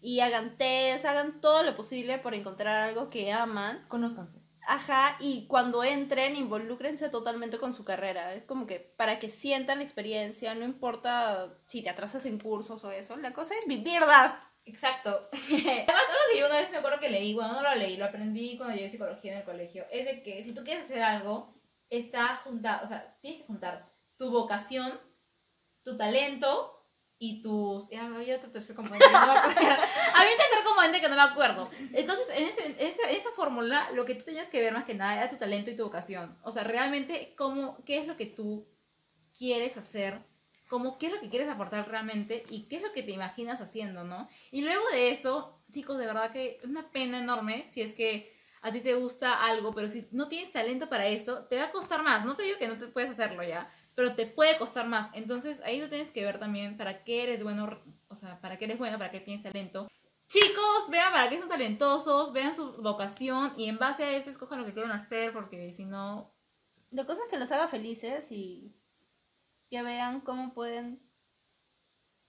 Speaker 1: Y hagan test, hagan todo lo posible por encontrar algo que aman.
Speaker 3: Conozcanse.
Speaker 1: Ajá, y cuando entren, involúcrense totalmente con su carrera. Es como que para que sientan la experiencia, no importa si te atrasas en cursos o eso, la cosa es vivirla.
Speaker 2: Exacto. Además, algo que yo una vez me acuerdo que leí, bueno, no lo leí, lo aprendí cuando llevé psicología en el colegio, es de que si tú quieres hacer algo, está juntado, o sea, tienes que juntar tu vocación, tu talento y tus... Ya, había otro tercer componente, no me acuerdo. Había un tercer componente que no me acuerdo. Entonces, en ese- esa, esa fórmula, lo que tú tenías que ver más que nada era tu talento y tu vocación. O sea, realmente, cómo, ¿qué es lo que tú quieres hacer? Cómo, ¿Qué es lo que quieres aportar realmente? ¿Y qué es lo que te imaginas haciendo, no? Y luego de eso, chicos, de verdad que es una pena enorme si es que a ti te gusta algo, pero si no tienes talento para eso, te va a costar más. No te digo que no te puedes hacerlo ya, pero te puede costar más. Entonces ahí lo tienes que ver también para qué eres bueno, o sea, para qué eres bueno, para qué tienes talento. Chicos, vean para qué son talentosos, vean su vocación y en base a eso escojan lo que quieren hacer, porque si no,
Speaker 1: La cosa es que los haga felices y que vean cómo pueden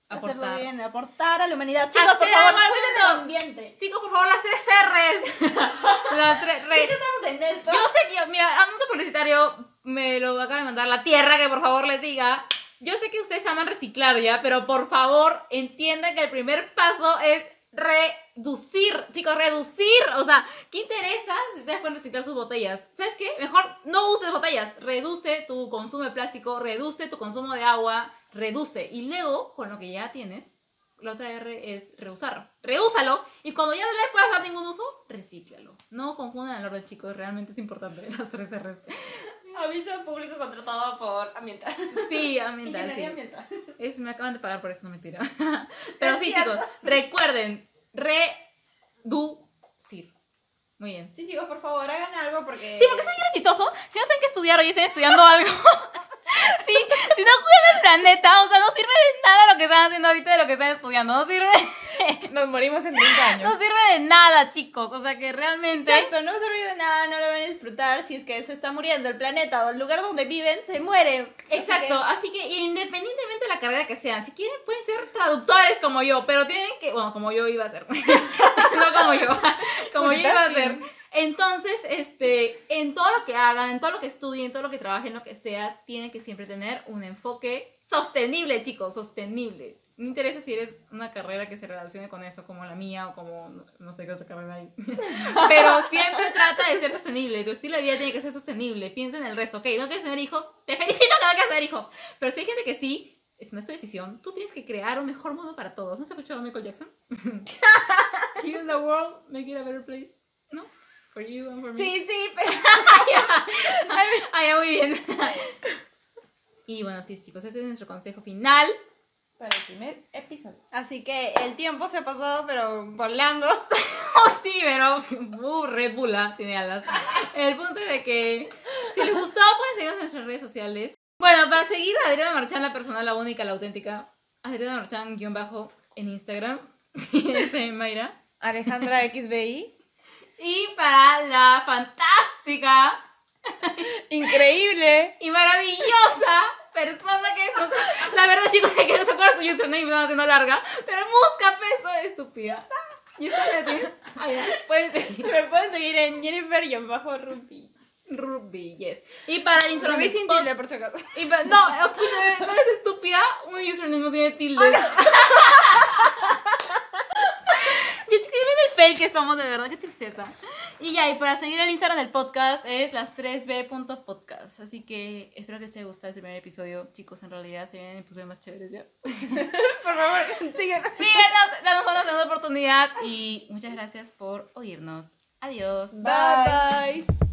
Speaker 1: hacerlo
Speaker 2: aportar.
Speaker 1: bien, aportar a la humanidad. Chicos, por
Speaker 2: Hacer
Speaker 1: favor,
Speaker 2: algo al
Speaker 1: cuiden el
Speaker 2: mundo.
Speaker 1: ambiente.
Speaker 2: Chicos, por favor, las tres R's. las tres
Speaker 1: ¿Por
Speaker 2: R's.
Speaker 1: qué estamos en esto?
Speaker 2: Yo sé que, mira, anuncio publicitario me lo acaba de mandar la tierra, que por favor les diga. Yo sé que ustedes aman reciclar ya, pero por favor entiendan que el primer paso es reducir, chicos, reducir. O sea, ¿qué interesa si ustedes pueden reciclar sus botellas? ¿Sabes qué? Mejor no uses botellas, reduce tu consumo de plástico, reduce tu consumo de agua, reduce. Y luego, con lo que ya tienes, la otra R es reusar. Reúsalo. Y cuando ya no le puedas dar ningún uso, recíclalo. No confundan el orden, chicos. Realmente es importante las tres R's.
Speaker 1: Aviso al público contratado por ambiental.
Speaker 2: Sí, ambiental, sí.
Speaker 1: Ingeniería ambiental.
Speaker 2: Es, me acaban de pagar por eso, no mentira. Pero
Speaker 1: Es
Speaker 2: sí,
Speaker 1: cierto.
Speaker 2: chicos, recuerden, reducir. Muy bien.
Speaker 1: Sí, chicos, por favor, hagan algo porque...
Speaker 2: Sí, porque saben que es chistoso. Si no saben qué estudiar, hoy están estudiando algo. Sí, si no cuidan el planeta, o sea, no sirve de nada lo que están haciendo ahorita de lo que están estudiando. No sirve,
Speaker 3: Nos morimos en 30 años.
Speaker 2: no sirve de nada, chicos. O sea que realmente.
Speaker 1: Exacto, no se olviden de nada, no lo van a disfrutar. Si es que se está muriendo el planeta o el lugar donde viven, se mueren. Así
Speaker 2: Exacto, así que independientemente de la carrera que sean, si quieren pueden ser traductores como yo, pero tienen que, bueno, como yo iba a ser, no como yo, como yo iba a ser. Entonces, este, en todo lo que hagan, en todo lo que estudien, en todo lo que trabajen, lo que sea, tienen que siempre tener un enfoque sostenible, chicos, sostenible. Me interesa si eres una carrera que se relacione con eso, como la mía o como no- no sé qué otra carrera hay. Pero siempre trata de ser sostenible. Tu estilo de vida tiene que ser sostenible. Piensa en el resto. Ok, no quieres tener hijos. Te felicito que no quieres tener hijos. Pero si hay gente que sí, es no es tu decisión. Tú tienes que crear un mejor mundo para todos. ¿No has escuchado a Michael Jackson? Heal the world, make it a better place. ¿No? For you and for
Speaker 1: que-
Speaker 2: me.
Speaker 1: Sí, sí, pero
Speaker 2: Ah, ya, muy bien. y bueno, sí, chicos, ese es nuestro consejo final.
Speaker 3: Para el primer episodio.
Speaker 1: Así que el tiempo se ha pasado, pero volando.
Speaker 2: Oh, sí, pero uh, Red Bull ah, tiene alas. El punto de que si les gustó, pueden seguirnos en nuestras redes sociales. Bueno, para seguir a Adriana Marchán, la personal, la única, la auténtica, Adriana Marchán, guión bajo, en Instagram, de Mayra.
Speaker 3: Alejandra XBI.
Speaker 2: Y para la fantástica
Speaker 3: Increíble.
Speaker 2: y maravillosa persona que nos... La verdad, chicos, es que no se acuerda su username, me están haciendo larga, pero busca peso estúpida. Y eso le digo, ah, ya, pueden seguir.
Speaker 1: Me pueden seguir en Jennifer y en bajo Ruby.
Speaker 2: Ruby, yes. Y para el Instagram
Speaker 1: Ruby
Speaker 2: de
Speaker 1: sin
Speaker 2: Pod-
Speaker 1: tilde, por si acaso.
Speaker 2: y pa- No, escúchame, no es estúpida. Un username Ah, no tiene tildes. Ya chicos, ya ven el fail que somos, de verdad, qué tristeza. Y ya, y para seguir el Instagram del podcast es las 3b.podcast. Así que espero que les haya gustado este primer episodio. Chicos, en realidad se vienen episodios más chéveres ya.
Speaker 1: Por favor, síguenos.
Speaker 2: Síguenos, danos una segunda oportunidad. Y muchas gracias por oírnos. Adiós.
Speaker 1: Bye, bye.